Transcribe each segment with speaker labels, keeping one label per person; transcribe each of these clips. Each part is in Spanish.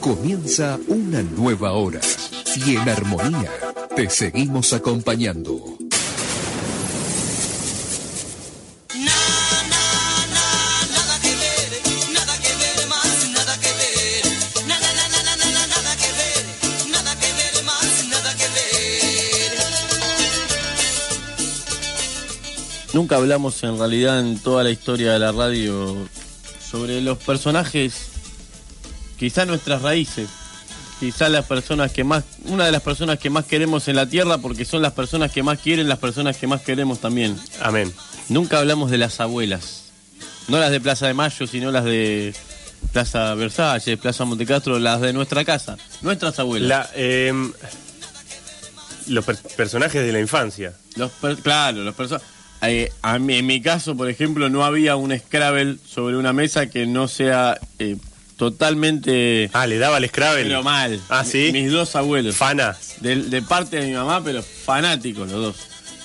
Speaker 1: Comienza una nueva hora y en armonía te seguimos acompañando.
Speaker 2: Nunca hablamos en realidad en toda la historia de la radio sobre los personajes, quizá nuestras raíces, quizá las personas que más, una de las personas que más queremos en la tierra porque son las personas que más quieren, las personas que más queremos también.
Speaker 3: Amén.
Speaker 2: Nunca hablamos de las abuelas, no las de Plaza de Mayo, sino las de Plaza Versalles, Plaza Montecastro, las de nuestra casa, nuestras abuelas.
Speaker 3: La, em, los per- personajes de la infancia.
Speaker 2: Los per- claro, los personas. en mi caso, por ejemplo, no había un Scrabble sobre una mesa que no sea eh, totalmente.
Speaker 3: Ah, le daba el Scrabble.
Speaker 2: Pero mal.
Speaker 3: Ah, sí.
Speaker 2: Mi- Mis dos abuelos.
Speaker 3: Fanas.
Speaker 2: de, de parte de mi mamá, pero fanáticos los dos.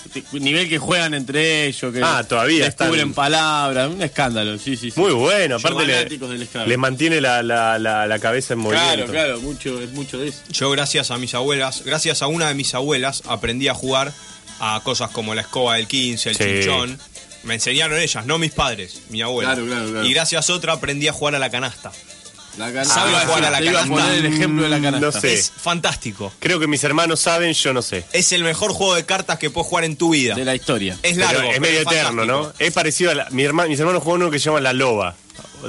Speaker 2: Este, Nivel que juegan entre ellos, que
Speaker 3: Ah, todavía están-
Speaker 2: descubren palabras, un escándalo, sí, sí. sí.
Speaker 3: Muy bueno,
Speaker 2: Yo
Speaker 3: aparte le,
Speaker 2: fanáticos del Scrabble.
Speaker 3: les mantiene la, la- la- la cabeza en
Speaker 2: Claro,
Speaker 3: movimiento.
Speaker 2: claro, mucho, es mucho de eso.
Speaker 4: Yo gracias a mis abuelas, gracias a una de mis abuelas, aprendí a jugar a cosas como la escoba del 15, el
Speaker 3: Sí.
Speaker 4: chinchón. Me enseñaron ellas, no mis padres, mi abuela.
Speaker 2: Claro, claro, claro.
Speaker 4: Y gracias a otra aprendí a jugar a la canasta.
Speaker 2: La canasta.
Speaker 4: Sabe
Speaker 2: Te iba
Speaker 4: jugar a la
Speaker 2: te iba
Speaker 4: canasta.
Speaker 2: poner el ejemplo de la canasta.
Speaker 3: No sé. Sí.
Speaker 4: Es fantástico.
Speaker 3: Creo que mis hermanos saben, yo no sé.
Speaker 4: Es el mejor juego de cartas que puedes jugar en tu vida.
Speaker 2: De la historia.
Speaker 4: Es largo.
Speaker 3: Pero es
Speaker 4: pero
Speaker 3: medio
Speaker 4: es
Speaker 3: eterno, ¿no?
Speaker 4: fantástico.
Speaker 3: Es parecido a la, mi herma- mis hermanos juegan uno que se llama La Loba.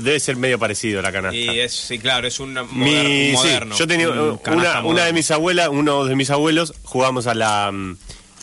Speaker 3: Debe ser medio parecido a la canasta.
Speaker 4: Y es, sí, claro, es un moder-
Speaker 3: Mi- sí,
Speaker 4: moderno.
Speaker 3: yo tenía
Speaker 4: un
Speaker 3: uh,
Speaker 4: canasta
Speaker 3: una, una de
Speaker 4: moderno.
Speaker 3: mis abuelas, uno de mis abuelos, jugábamos a la mm,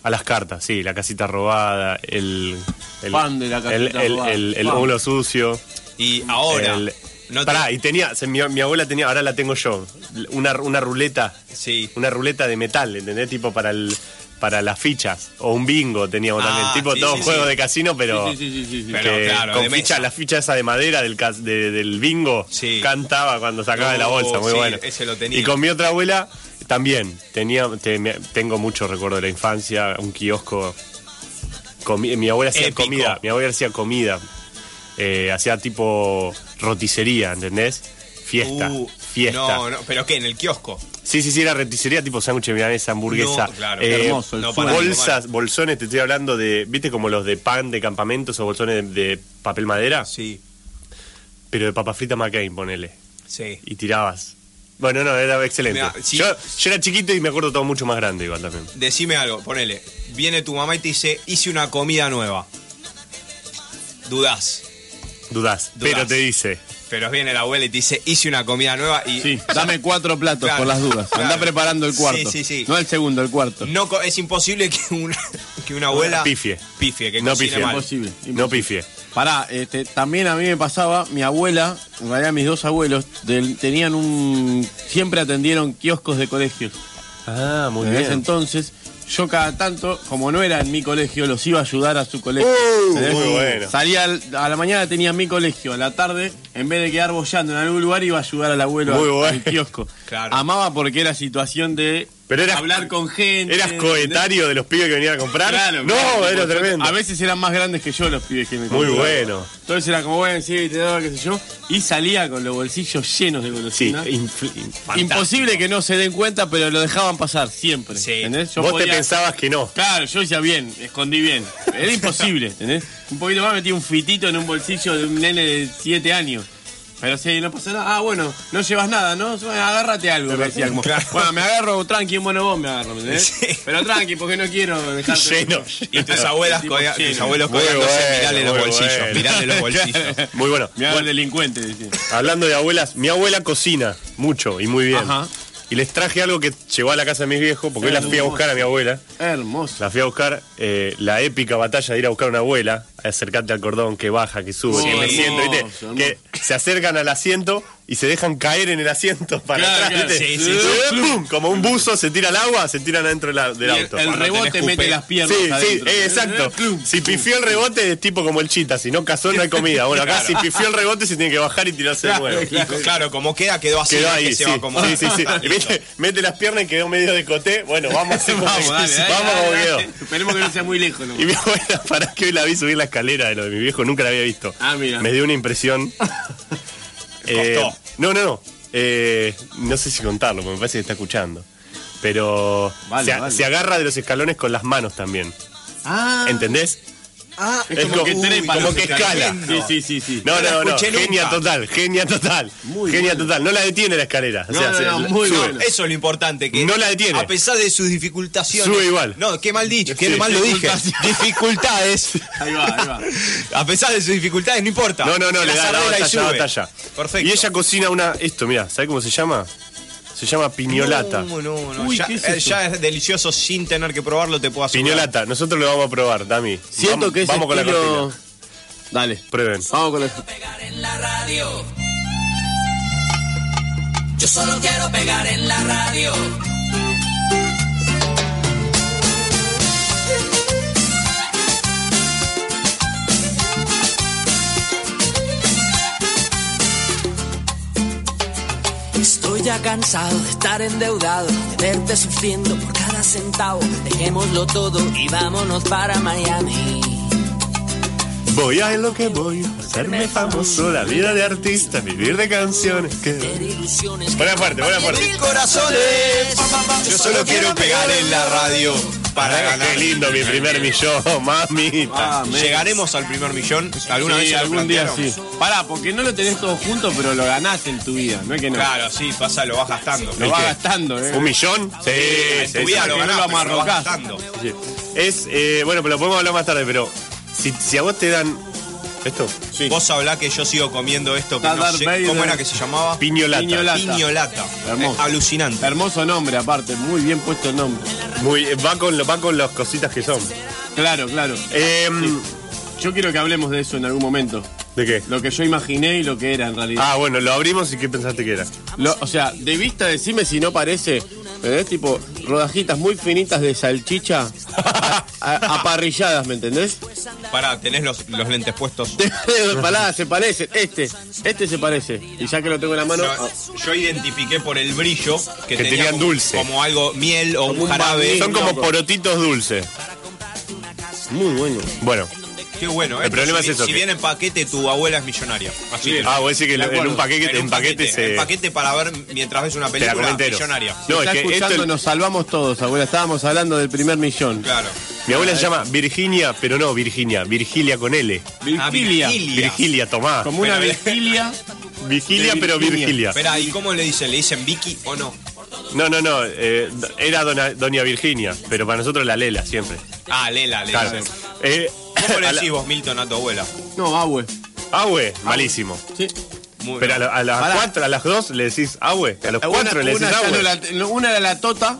Speaker 3: a las cartas, sí, la casita robada, el el
Speaker 2: Fan de la casita
Speaker 3: el, el-
Speaker 2: robada.
Speaker 3: el- el
Speaker 2: Fan.
Speaker 3: óvulo sucio.
Speaker 4: Y ahora.
Speaker 3: el-
Speaker 4: no te-
Speaker 3: Pará, y tenía, se- mi, mi abuela tenía, ahora la tengo yo, una, una ruleta,
Speaker 4: Sí.
Speaker 3: una ruleta de metal, ¿entendés? Tipo para el para las fichas o un bingo teníamos
Speaker 4: Ah,
Speaker 3: también, tipo
Speaker 4: sí,
Speaker 3: todo
Speaker 4: sí,
Speaker 3: juego
Speaker 4: sí.
Speaker 3: de casino, pero
Speaker 2: Sí, sí, sí, sí, sí.
Speaker 4: Pero
Speaker 3: que
Speaker 4: claro, de
Speaker 3: con
Speaker 4: mesa.
Speaker 3: ficha, la ficha esa de madera del, cas- de- del bingo
Speaker 4: Sí.
Speaker 3: cantaba cuando sacaba de la
Speaker 4: Oh,
Speaker 3: bolsa, muy
Speaker 4: sí,
Speaker 3: bueno.
Speaker 4: ese lo tenía.
Speaker 3: Y con mi otra abuela también tenía te- me- tengo mucho recuerdo de la infancia, un kiosco. comi- mi abuela hacía
Speaker 4: Épico.
Speaker 3: comida, mi abuela hacía comida. eh, hacía tipo roticería, ¿entendés? Fiesta,
Speaker 4: Uh,
Speaker 3: fiesta.
Speaker 4: No, no, pero ¿qué? En el kiosco.
Speaker 3: Sí, sí, sí, era roticería tipo sándwich de milanesa, hamburguesa. eh,
Speaker 4: No, claro.
Speaker 2: Hermoso, el
Speaker 4: no,
Speaker 2: fútbol.
Speaker 4: para de
Speaker 3: Bolsas, bolsones, te estoy hablando de, viste como los de pan de campamentos o bolsones de, de papel madera,
Speaker 4: comer. Ah, Sí,
Speaker 3: pero de papa frita McCain, ponele,
Speaker 4: sí.
Speaker 3: y tirabas. Bueno, no, era excelente.
Speaker 4: Mirá, sí.
Speaker 3: yo, yo era chiquito y me acuerdo todo mucho más grande igual también.
Speaker 4: Decime algo, ponele. Viene tu mamá y te dice, hice una comida nueva. Dudás.
Speaker 3: Dudás,
Speaker 4: Dudás.
Speaker 3: pero te dice.
Speaker 4: Pero viene la abuela y te dice, hice una comida nueva y
Speaker 2: Sí, dame cuatro platos
Speaker 4: Claro,
Speaker 2: por las dudas. Anda
Speaker 4: claro.
Speaker 2: preparando el cuarto.
Speaker 4: Sí, sí, sí.
Speaker 2: No el segundo, el cuarto.
Speaker 4: no co- es imposible que una, que una abuela
Speaker 3: Pifie.
Speaker 4: pifie, que
Speaker 3: No
Speaker 4: cocine
Speaker 3: pifie.
Speaker 4: mal.
Speaker 2: Imposible,
Speaker 3: No pifie.
Speaker 2: Pará, este, también a mí me pasaba, mi abuela, en realidad mis dos abuelos, del- tenían un. Siempre atendieron kioscos de colegios.
Speaker 3: Ah, muy
Speaker 2: en ese entonces, yo cada tanto, como no era en mi colegio, los iba a ayudar a su colegio.
Speaker 3: Uh,
Speaker 2: ¿Entendés?
Speaker 3: muy bueno.
Speaker 2: Salía al- a la mañana tenía mi colegio, a la tarde, en vez de quedar bollando en algún lugar, iba a ayudar al abuelo
Speaker 3: Muy
Speaker 2: al-
Speaker 3: bueno.
Speaker 2: al kiosco.
Speaker 4: Claro.
Speaker 2: Amaba porque era situación de
Speaker 3: Pero eras-
Speaker 2: hablar con gente.
Speaker 3: ¿Eras coetario de los pibes que venían a comprar?
Speaker 2: Claro,
Speaker 3: no,
Speaker 2: claro,
Speaker 3: era
Speaker 2: tipo,
Speaker 3: tremendo.
Speaker 2: A veces eran más grandes que yo los pibes que me
Speaker 3: Muy
Speaker 2: compraban.
Speaker 3: bueno.
Speaker 2: Entonces era como, bueno, sí, te daba qué sé yo. Y salía con los bolsillos llenos de
Speaker 3: Sí,
Speaker 2: golosinas.
Speaker 3: infl- fantástico.
Speaker 2: Imposible que no se den cuenta, pero lo dejaban pasar siempre.
Speaker 4: Sí.
Speaker 2: ¿entendés? Yo
Speaker 3: Vos te
Speaker 2: podía-
Speaker 3: pensabas que no.
Speaker 2: Claro, yo decía bien, escondí bien. Era imposible, ¿entendés? Un poquito más metí un fitito en un bolsillo de un nene de 7 años. Pero sí, no pasa nada. Ah, bueno, no llevas nada, ¿no? Bueno, agárrate algo, me decía. Como,
Speaker 4: Claro.
Speaker 2: Bueno, me agarro tranqui, un bonobón me agarro, ¿me ¿entendés?
Speaker 4: Sí.
Speaker 2: Pero tranqui, porque no quiero dejarte...
Speaker 3: Lleno.
Speaker 4: Y tus abuelas,
Speaker 2: Tipo
Speaker 4: codea-
Speaker 2: lleno.
Speaker 4: tus abuelos
Speaker 3: Muy
Speaker 4: codeándose,
Speaker 3: bueno,
Speaker 4: mirale los
Speaker 3: muy
Speaker 4: bolsillos,
Speaker 3: bueno.
Speaker 4: mirale los bolsillos.
Speaker 3: Muy bueno.
Speaker 2: Me hago el delincuente, decía.
Speaker 3: Hablando de abuelas, mi abuela cocina mucho y muy bien.
Speaker 2: Ajá.
Speaker 3: Y les traje algo que llegó a la casa de mis viejos, porque hoy la fui a buscar a mi abuela.
Speaker 2: Hermoso.
Speaker 3: La fui a buscar eh, la épica batalla de ir a buscar a una abuela, acercarte al cordón, que baja, que sube,
Speaker 2: Sí,
Speaker 3: que me siento, ¿viste?
Speaker 2: hermoso, hermoso.
Speaker 3: Que se acercan al asiento y se dejan caer en el asiento para
Speaker 2: Claro,
Speaker 3: atrás,
Speaker 2: claro.
Speaker 3: ¿viste?
Speaker 4: Sí, sí,
Speaker 2: sí.
Speaker 3: ¡Pum! Como un buzo se tira al agua, se tiran adentro de la- del
Speaker 4: el-
Speaker 3: auto.
Speaker 2: El
Speaker 4: Cuando
Speaker 2: rebote
Speaker 4: tenés
Speaker 2: mete
Speaker 4: cupé.
Speaker 2: las
Speaker 3: Sí,
Speaker 2: piernas
Speaker 3: sí,
Speaker 2: adentro.
Speaker 3: eh, exacto. Si pifió el rebote es tipo como el chita, si no cazó no hay comida. Bueno, acá si pifió el rebote se tiene que bajar y tirarse de nuevo.
Speaker 4: Y co- claro, como queda, quedó así,
Speaker 3: Quedó
Speaker 4: no es que
Speaker 3: ahí,
Speaker 4: se
Speaker 3: sí.
Speaker 4: va como...
Speaker 3: sí, sí, sí. Y Mete, mete las piernas y quedó medio de coté. Bueno, vamos así como-
Speaker 2: Vamos, dale, dale,
Speaker 3: vamos como
Speaker 2: dale,
Speaker 3: quedó.
Speaker 2: dale. Esperemos que no sea muy lejos. ¿no?
Speaker 3: Y mi abuela, para que hoy la vi subir la escalera de lo de mi viejo, nunca la había visto.
Speaker 2: Ah, mira.
Speaker 3: Me dio una impresión. Eh,
Speaker 4: Costó.
Speaker 3: no, no, no. Eh, no sé si contarlo, porque me parece que está escuchando. Pero
Speaker 2: Vale,
Speaker 3: se, a-
Speaker 2: vale.
Speaker 3: se agarra de los escalones con las manos también.
Speaker 2: Ah,
Speaker 3: ¿Entendés?
Speaker 4: Ah,
Speaker 3: Es como que trepa,
Speaker 4: lo
Speaker 3: como que
Speaker 4: está
Speaker 3: escala.
Speaker 4: diciendo.
Speaker 2: Sí, sí, sí, sí.
Speaker 3: No,
Speaker 4: No la
Speaker 3: no, no.
Speaker 4: escuché nunca.
Speaker 3: Genia total, genia total.
Speaker 2: Muy
Speaker 3: genia
Speaker 2: bueno.
Speaker 3: total. No la detiene la escalera. O
Speaker 2: No,
Speaker 3: sea,
Speaker 2: no,
Speaker 3: se-
Speaker 2: no, muy
Speaker 3: sube.
Speaker 2: bueno.
Speaker 4: Eso es lo importante. Que
Speaker 3: No la detiene.
Speaker 4: A pesar de sus dificultaciones.
Speaker 3: Sube igual.
Speaker 4: No, qué mal dicho, qué
Speaker 3: Sí.
Speaker 4: mal lo dije. Dificultades.
Speaker 2: Ahí va, ahí va.
Speaker 4: A pesar de sus dificultades, no importa.
Speaker 3: No, no, no,
Speaker 4: Se
Speaker 3: le
Speaker 4: las
Speaker 3: da la
Speaker 4: arregla y
Speaker 3: batalla, la
Speaker 4: sube.
Speaker 3: batalla.
Speaker 4: Perfecto.
Speaker 3: Y ella cocina una. Esto, mira, ¿sabes cómo se llama? Se llama piñolata.
Speaker 4: No, no, no.
Speaker 2: Uy,
Speaker 4: ya,
Speaker 2: ¿qué es
Speaker 4: eh,
Speaker 2: eso?
Speaker 4: ya es delicioso sin tener que probarlo, te puedo asegurar.
Speaker 3: Piñolata, nosotros lo vamos a probar, Dami.
Speaker 2: Siento
Speaker 3: vamos,
Speaker 2: que es
Speaker 3: Vamos con la
Speaker 2: estilo-
Speaker 3: cortina.
Speaker 2: Dale.
Speaker 3: Prueben.
Speaker 2: Vamos con la
Speaker 5: Yo solo quiero pegar en la radio. Estoy ya cansado de estar endeudado, de verte sufriendo por cada centavo. Dejémoslo todo y vámonos para Miami.
Speaker 3: Voy a lo que voy, hacerme famoso, la vida de artista, vivir de canciones. Que...
Speaker 5: Tener ilusiones.
Speaker 3: Buena fuerte, buena fuerte.
Speaker 4: Mil corazones. Yo solo quiero pegar en la radio para ganar.
Speaker 3: Qué lindo mi primer millón, mamita.
Speaker 2: Ah, men.
Speaker 4: ¿Llegaremos al primer millón? ¿Alguna
Speaker 2: Sí,
Speaker 4: vez se lo
Speaker 2: algún día
Speaker 4: plantearon?
Speaker 2: sí. Pará, porque no lo tenés todo junto, pero lo ganás en tu vida. No es que no.
Speaker 4: Claro, sí, pasa, lo vas gastando.
Speaker 2: Lo
Speaker 3: ¿El
Speaker 2: vas
Speaker 3: qué?
Speaker 2: gastando, ¿eh?
Speaker 3: ¿Un millón? Sí,
Speaker 4: En
Speaker 3: sí,
Speaker 4: tu vida
Speaker 3: sí.
Speaker 4: lo
Speaker 2: que no
Speaker 4: ganás,
Speaker 2: lo
Speaker 4: pero lo
Speaker 2: amarrocás.
Speaker 4: vas gastando.
Speaker 3: Sí. Es, eh, bueno, pero lo podemos hablar más tarde, pero si, si a vos te dan esto,
Speaker 2: Sí.
Speaker 4: Vos hablá que yo sigo comiendo esto que
Speaker 2: Está
Speaker 4: no
Speaker 2: Darth
Speaker 4: sé-
Speaker 2: Vader.
Speaker 4: ¿Cómo era que se llamaba?
Speaker 3: piñolata.
Speaker 2: Piñolata.
Speaker 4: Piñolata.
Speaker 2: Hermoso.
Speaker 4: Eh, alucinante.
Speaker 2: Hermoso nombre, aparte. Muy bien puesto el nombre.
Speaker 3: Muy, eh, va, con, lo- va con las cositas que son.
Speaker 2: Claro, claro.
Speaker 3: Em,
Speaker 2: Yo quiero que hablemos de eso en algún momento.
Speaker 3: ¿De qué?
Speaker 2: Lo que yo imaginé y lo que era en realidad.
Speaker 3: Ah, bueno, lo abrimos y qué pensaste que era.
Speaker 2: Lo- o sea, de vista decime si no parece. ¿Entendés? Tipo, rodajitas muy finitas de salchicha a- a- aparrilladas, ¿me entendés?
Speaker 4: Pará, tenés los, los lentes puestos.
Speaker 2: Palada, se parece. Este, este se parece. Y ya que lo tengo en la mano. ah,
Speaker 4: Yo, yo identifiqué por el brillo que,
Speaker 3: Que
Speaker 4: tenía
Speaker 3: tenían
Speaker 4: como,
Speaker 3: dulce.
Speaker 4: Como algo miel o
Speaker 2: Como
Speaker 4: un
Speaker 2: un
Speaker 4: jarabe.
Speaker 2: Sí,
Speaker 3: Son como
Speaker 2: loco.
Speaker 3: porotitos dulces.
Speaker 2: muy bueno.
Speaker 3: Bueno,
Speaker 4: Qué bueno, ¿eh?
Speaker 3: El problema
Speaker 4: si,
Speaker 3: es eso,
Speaker 4: Si
Speaker 3: que-
Speaker 4: viene en paquete, tu abuela es millonaria. Así
Speaker 2: Bien.
Speaker 4: que-
Speaker 3: ah, voy a decir que
Speaker 2: De
Speaker 3: en
Speaker 2: acuerdo.
Speaker 3: un paquete,
Speaker 4: En
Speaker 3: en
Speaker 4: un
Speaker 3: paquete, se.
Speaker 4: En paquete para ver mientras ves una
Speaker 3: la
Speaker 4: película
Speaker 3: comí entero.
Speaker 4: millonaria.
Speaker 3: No, es
Speaker 2: Está
Speaker 3: que esto
Speaker 2: escuchando,
Speaker 3: es-
Speaker 2: nos salvamos todos, abuela. Estábamos hablando del primer millón.
Speaker 4: Claro.
Speaker 3: Mi abuela se llama Virginia, pero no Virginia, Virgilia con L.
Speaker 4: Ah,
Speaker 2: Virgilia.
Speaker 4: Virgilia.
Speaker 3: Virgilia, tomá.
Speaker 2: Como una
Speaker 4: Pero-
Speaker 2: Virgilia.
Speaker 3: Virgilia,
Speaker 2: de
Speaker 3: pero
Speaker 2: Virginia.
Speaker 3: Virgilia.
Speaker 4: Espera, ¿y cómo le dicen? ¿Le dicen Vicky o no?
Speaker 3: No, no, no. eh, era dona- Doña Virginia, pero para nosotros la Lela siempre.
Speaker 4: Ah, Lela, le
Speaker 3: Claro.
Speaker 4: dicen.
Speaker 3: Eh,
Speaker 4: ¿Cómo le
Speaker 3: a la-
Speaker 4: decís vos, Milton, a tu abuela?
Speaker 2: No, abue.
Speaker 3: Ahue, malísimo.
Speaker 2: Sí.
Speaker 4: Muy
Speaker 3: Pero a, la- a las
Speaker 2: Pará.
Speaker 3: cuatro, a las dos le decís ahue. A los cuatro le decís
Speaker 2: una, ya
Speaker 3: ahue.
Speaker 2: no la- no, una era la tota.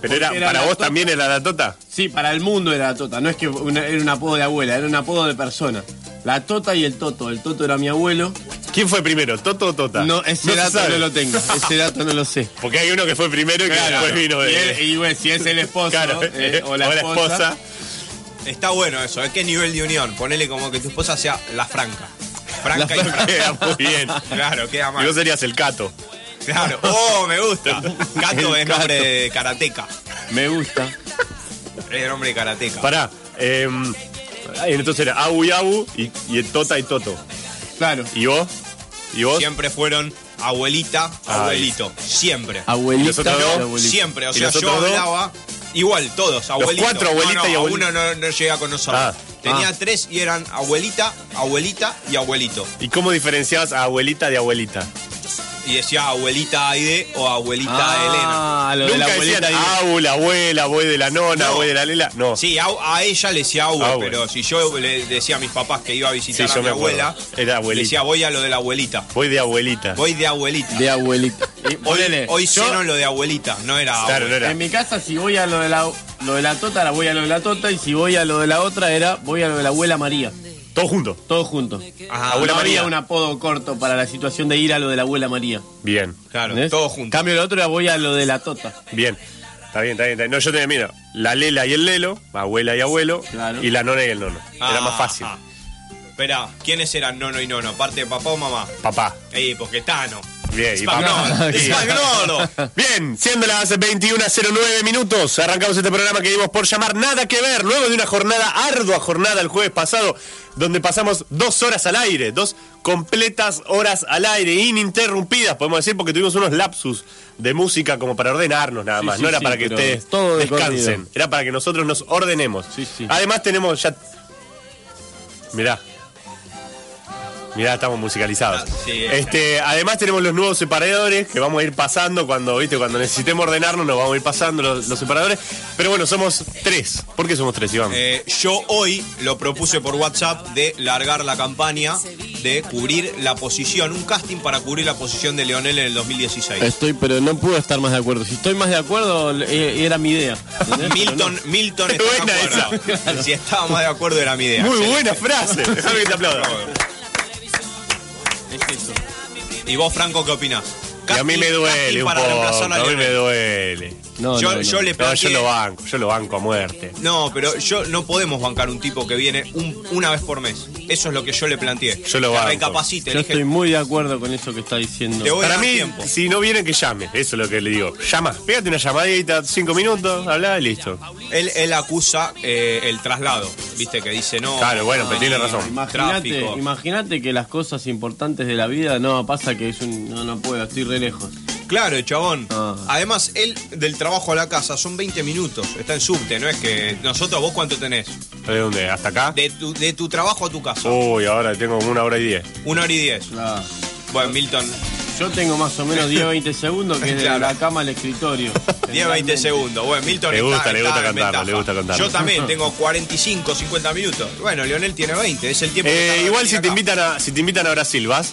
Speaker 3: Pero era,
Speaker 2: porque era
Speaker 3: para
Speaker 2: la
Speaker 3: vos
Speaker 2: tota.
Speaker 3: también era la tota.
Speaker 2: Sí, para el mundo era la tota. No es que una- era un apodo de abuela, era un apodo de persona. La tota y el toto. El toto era mi abuelo.
Speaker 3: ¿Quién fue primero, Toto o Tota?
Speaker 2: No, ese
Speaker 3: se
Speaker 2: dato
Speaker 3: sabe.
Speaker 2: no lo tengo. Ese dato no lo sé.
Speaker 3: Porque hay uno que fue primero y que después vino.
Speaker 2: y,
Speaker 3: eh,
Speaker 2: él- y bueno, si es el esposo
Speaker 3: claro,
Speaker 2: eh, o, la esposa.
Speaker 4: Está bueno eso, ¿eh? ¿Qué nivel de unión? Ponele como que tu esposa sea la franca. Franca y
Speaker 3: esposa. Queda
Speaker 4: franca.
Speaker 3: muy bien.
Speaker 4: Claro, queda
Speaker 3: Y
Speaker 4: mal.
Speaker 3: vos serías el cato.
Speaker 4: Claro. Oh, me gusta. Gato
Speaker 2: El
Speaker 4: es nombre
Speaker 2: gato.
Speaker 4: de karateca.
Speaker 2: Me gusta.
Speaker 4: Es nombre de karateca.
Speaker 3: Pará. eh, entonces era Abu y Abu y, y el Tota y Toto.
Speaker 2: Claro.
Speaker 3: ¿Y vos? ¿Y vos?
Speaker 4: Siempre fueron abuelita,
Speaker 3: Ay.
Speaker 4: abuelito. Siempre.
Speaker 3: ¿Y los
Speaker 2: Abuelita.
Speaker 3: otros dos?
Speaker 2: y abuelito.
Speaker 4: Siempre. O
Speaker 3: ¿Y
Speaker 4: sea,
Speaker 3: los
Speaker 4: yo
Speaker 3: otros dos?
Speaker 4: hablaba. Igual, todos, abuelito.
Speaker 3: cuatro, abuelita
Speaker 4: No, no,
Speaker 3: y
Speaker 4: a
Speaker 3: abuelito.
Speaker 4: Uno no, no llega con nosotros.
Speaker 3: Ah,
Speaker 4: Tenía
Speaker 2: ah.
Speaker 4: tres y eran abuelita, abuelita y abuelito.
Speaker 3: ¿Y cómo diferenciabas a abuelita de abuelita?
Speaker 4: Y decía abuelita Aide o abuelita Elena.
Speaker 2: Ah, lo de la
Speaker 3: Nunca
Speaker 2: abuelita.
Speaker 3: decían Abu, la abuela, voy de la nona,
Speaker 4: No.
Speaker 3: voy de la lela. No.
Speaker 4: Sí, a, a ella le decía abue,
Speaker 3: Abue.
Speaker 4: pero si yo le decía a mis papás que iba a visitar
Speaker 3: Ah, Sí,
Speaker 4: a
Speaker 3: yo
Speaker 4: mi
Speaker 3: me acuerdo.
Speaker 4: abuela,
Speaker 3: Era abuelita.
Speaker 4: decía voy a lo de la abuelita.
Speaker 3: Voy de abuelita.
Speaker 4: Voy de abuelita.
Speaker 2: De abuelita. Y
Speaker 4: Hoy,
Speaker 2: ponele,
Speaker 4: hoy
Speaker 2: yo-
Speaker 4: ceno lo de abuelita, no era
Speaker 3: Claro,
Speaker 4: abue.
Speaker 3: no era.
Speaker 2: En mi casa, si voy a lo de la lo de la tota, la voy a lo de la tota. Y si voy a lo de la otra, era voy a lo de la abuela María.
Speaker 3: Todo junto.
Speaker 2: Todo junto.
Speaker 4: Ah,
Speaker 3: Abuela
Speaker 2: no
Speaker 3: María.
Speaker 2: había un apodo corto para la situación de ir a lo de la abuela María.
Speaker 3: Bien,
Speaker 4: Claro,
Speaker 2: ¿entendés?
Speaker 4: todo junto.
Speaker 2: Cambio el otro era voy a lo de la tota.
Speaker 3: bien. Está bien, está bien. está bien. No, yo tenía, mira, la lela y el lelo, abuela y abuelo,
Speaker 2: Claro.
Speaker 3: y la nona y el nono.
Speaker 4: Ah,
Speaker 3: Era más fácil.
Speaker 4: Espera, ¿quiénes eran nono y nono? Aparte de papá o mamá.
Speaker 3: Papá.
Speaker 4: Eh, porque Tano.
Speaker 3: Bien, y
Speaker 4: Spagnolo.
Speaker 3: Sí.
Speaker 4: Spagnolo.
Speaker 3: Bien, siendo las 21.09 minutos, arrancamos este programa que dimos por llamar Nada que ver, luego de una jornada, ardua jornada el jueves pasado, donde pasamos dos horas al aire, dos completas horas al aire, ininterrumpidas, podemos decir, porque tuvimos unos lapsus de música como para ordenarnos nada
Speaker 2: Sí,
Speaker 3: más,
Speaker 2: sí,
Speaker 3: no era
Speaker 2: sí,
Speaker 3: para que
Speaker 2: pero
Speaker 3: ustedes
Speaker 2: todo de
Speaker 3: descansen,
Speaker 2: corrido.
Speaker 3: era para que nosotros nos ordenemos.
Speaker 2: Sí, sí.
Speaker 3: Además tenemos ya... Mirá. Mirá, estamos musicalizados.
Speaker 4: Ah, sí.
Speaker 3: este, además tenemos los nuevos separadores que vamos a ir pasando cuando, ¿viste? cuando necesitemos ordenarnos, nos vamos a ir pasando los, los separadores. Pero bueno, somos tres. ¿Por qué somos tres, Iván?
Speaker 4: Eh, yo hoy lo propuse por WhatsApp de largar la campaña de cubrir la posición, un casting para cubrir la posición de Leonel en el 2016.
Speaker 2: Estoy, pero no puedo estar más de acuerdo. Si estoy más de acuerdo, eh, era mi idea. ¿entendés?
Speaker 4: Milton, Milton
Speaker 3: Qué
Speaker 4: está de
Speaker 3: buena
Speaker 4: acuerdo. Si estaba más de acuerdo era mi idea.
Speaker 3: Muy
Speaker 4: Excelente.
Speaker 3: buena frase. Déjame que te aplauda.
Speaker 4: ¿Y vos, Franco, qué opinás?
Speaker 3: Y a mí
Speaker 4: Casting-
Speaker 3: me
Speaker 4: casting
Speaker 3: duele un
Speaker 4: para
Speaker 3: poco.
Speaker 4: reemplazar a
Speaker 3: A mí me
Speaker 4: Leonel.
Speaker 3: duele.
Speaker 2: No,
Speaker 4: yo,
Speaker 2: no, no.
Speaker 4: yo le
Speaker 3: No, yo
Speaker 4: planteé,
Speaker 3: lo banco, yo lo banco a muerte.
Speaker 4: No, pero yo no podemos bancar un tipo que viene un- una vez por mes. Eso es lo que yo le planteé.
Speaker 3: Yo lo
Speaker 4: Que
Speaker 3: banco.
Speaker 4: recapacite.
Speaker 2: Yo
Speaker 4: le dije,
Speaker 2: estoy muy de acuerdo con eso que está diciendo.
Speaker 4: Te voy-
Speaker 3: Para
Speaker 4: dar
Speaker 3: mí,
Speaker 4: tiempo.
Speaker 3: si no viene, que llame. Eso es lo que le digo. Llama. Pégate una llamadita, cinco minutos, habla y listo.
Speaker 4: Él, él acusa eh, el traslado, viste que dice no.
Speaker 3: Claro, bueno, pero tiene
Speaker 4: sí,
Speaker 3: razón.
Speaker 2: Imagínate,
Speaker 4: Tráfico.
Speaker 2: imagínate que las cosas importantes de la vida no pasa que es un no no puedo, estoy re lejos.
Speaker 4: Claro, chabón.
Speaker 2: Ah.
Speaker 4: Además, él del trabajo a la casa son 20 minutos. Está en subte, ¿no? Es que nosotros, vos cuánto tenés.
Speaker 3: ¿De dónde? ¿Hasta acá?
Speaker 4: De tu, de tu trabajo a tu casa.
Speaker 3: Uy, ahora tengo como una hora y diez.
Speaker 4: Una hora y diez.
Speaker 2: Claro.
Speaker 4: Bueno, Milton,
Speaker 2: Yo tengo más o menos 10 20 segundos que es de
Speaker 4: Claro.
Speaker 2: la cama al escritorio.
Speaker 4: 10, 20 segundos. Bueno, Milton
Speaker 3: Le
Speaker 4: está-
Speaker 3: gusta, le
Speaker 4: está
Speaker 3: gusta
Speaker 4: en
Speaker 3: cantarlo,
Speaker 4: ventaja.
Speaker 3: le gusta cantarlo.
Speaker 4: Yo también tengo 45, 50 minutos. Bueno, Leonel tiene 20. Es el tiempo que
Speaker 3: Eh,
Speaker 4: tarda en
Speaker 3: igual
Speaker 4: venir
Speaker 3: si te,
Speaker 4: acá.
Speaker 3: invitan a, si te invitan a Brasil, ¿vas?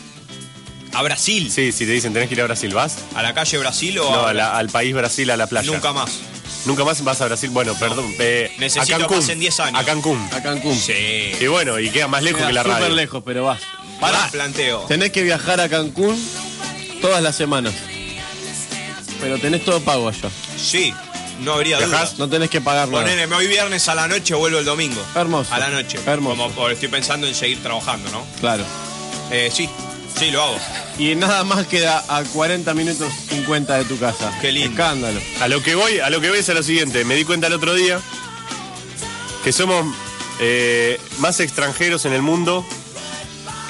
Speaker 4: ¿A Brasil?
Speaker 3: Sí, si te dicen tenés que ir a Brasil, ¿vas?
Speaker 4: ¿A la calle Brasil o
Speaker 3: No,
Speaker 4: a
Speaker 3: a la- al país Brasil, a la playa.
Speaker 4: Nunca más.
Speaker 3: Nunca más vas a Brasil. Bueno, perdón. eh,
Speaker 4: Necesito
Speaker 3: a Cancún.
Speaker 4: más en 10 años.
Speaker 3: A Cancún.
Speaker 2: A Cancún.
Speaker 4: Sí.
Speaker 3: Y bueno, y queda más lejos que la
Speaker 2: Queda
Speaker 3: radio.
Speaker 2: Súper lejos, pero vas.
Speaker 4: Para planteo.
Speaker 2: Tenés que viajar a Cancún todas las semanas. Pero tenés todo pago allá.
Speaker 4: Sí, no habría duda.
Speaker 2: No tenés que pagar nada.
Speaker 4: Ponele, me voy viernes a la noche, vuelvo el domingo.
Speaker 2: Hermoso.
Speaker 4: A la noche.
Speaker 2: Hermoso.
Speaker 4: Como por- estoy pensando en seguir trabajando, ¿no?
Speaker 2: Claro.
Speaker 4: Eh, sí, sí, lo hago.
Speaker 2: Y nada más queda a 40 minutos 50 de tu casa.
Speaker 4: Qué lindo.
Speaker 2: Escándalo.
Speaker 3: A lo que voy, a lo que voy es a lo siguiente. Me di cuenta el otro día que somos eh, más extranjeros en el mundo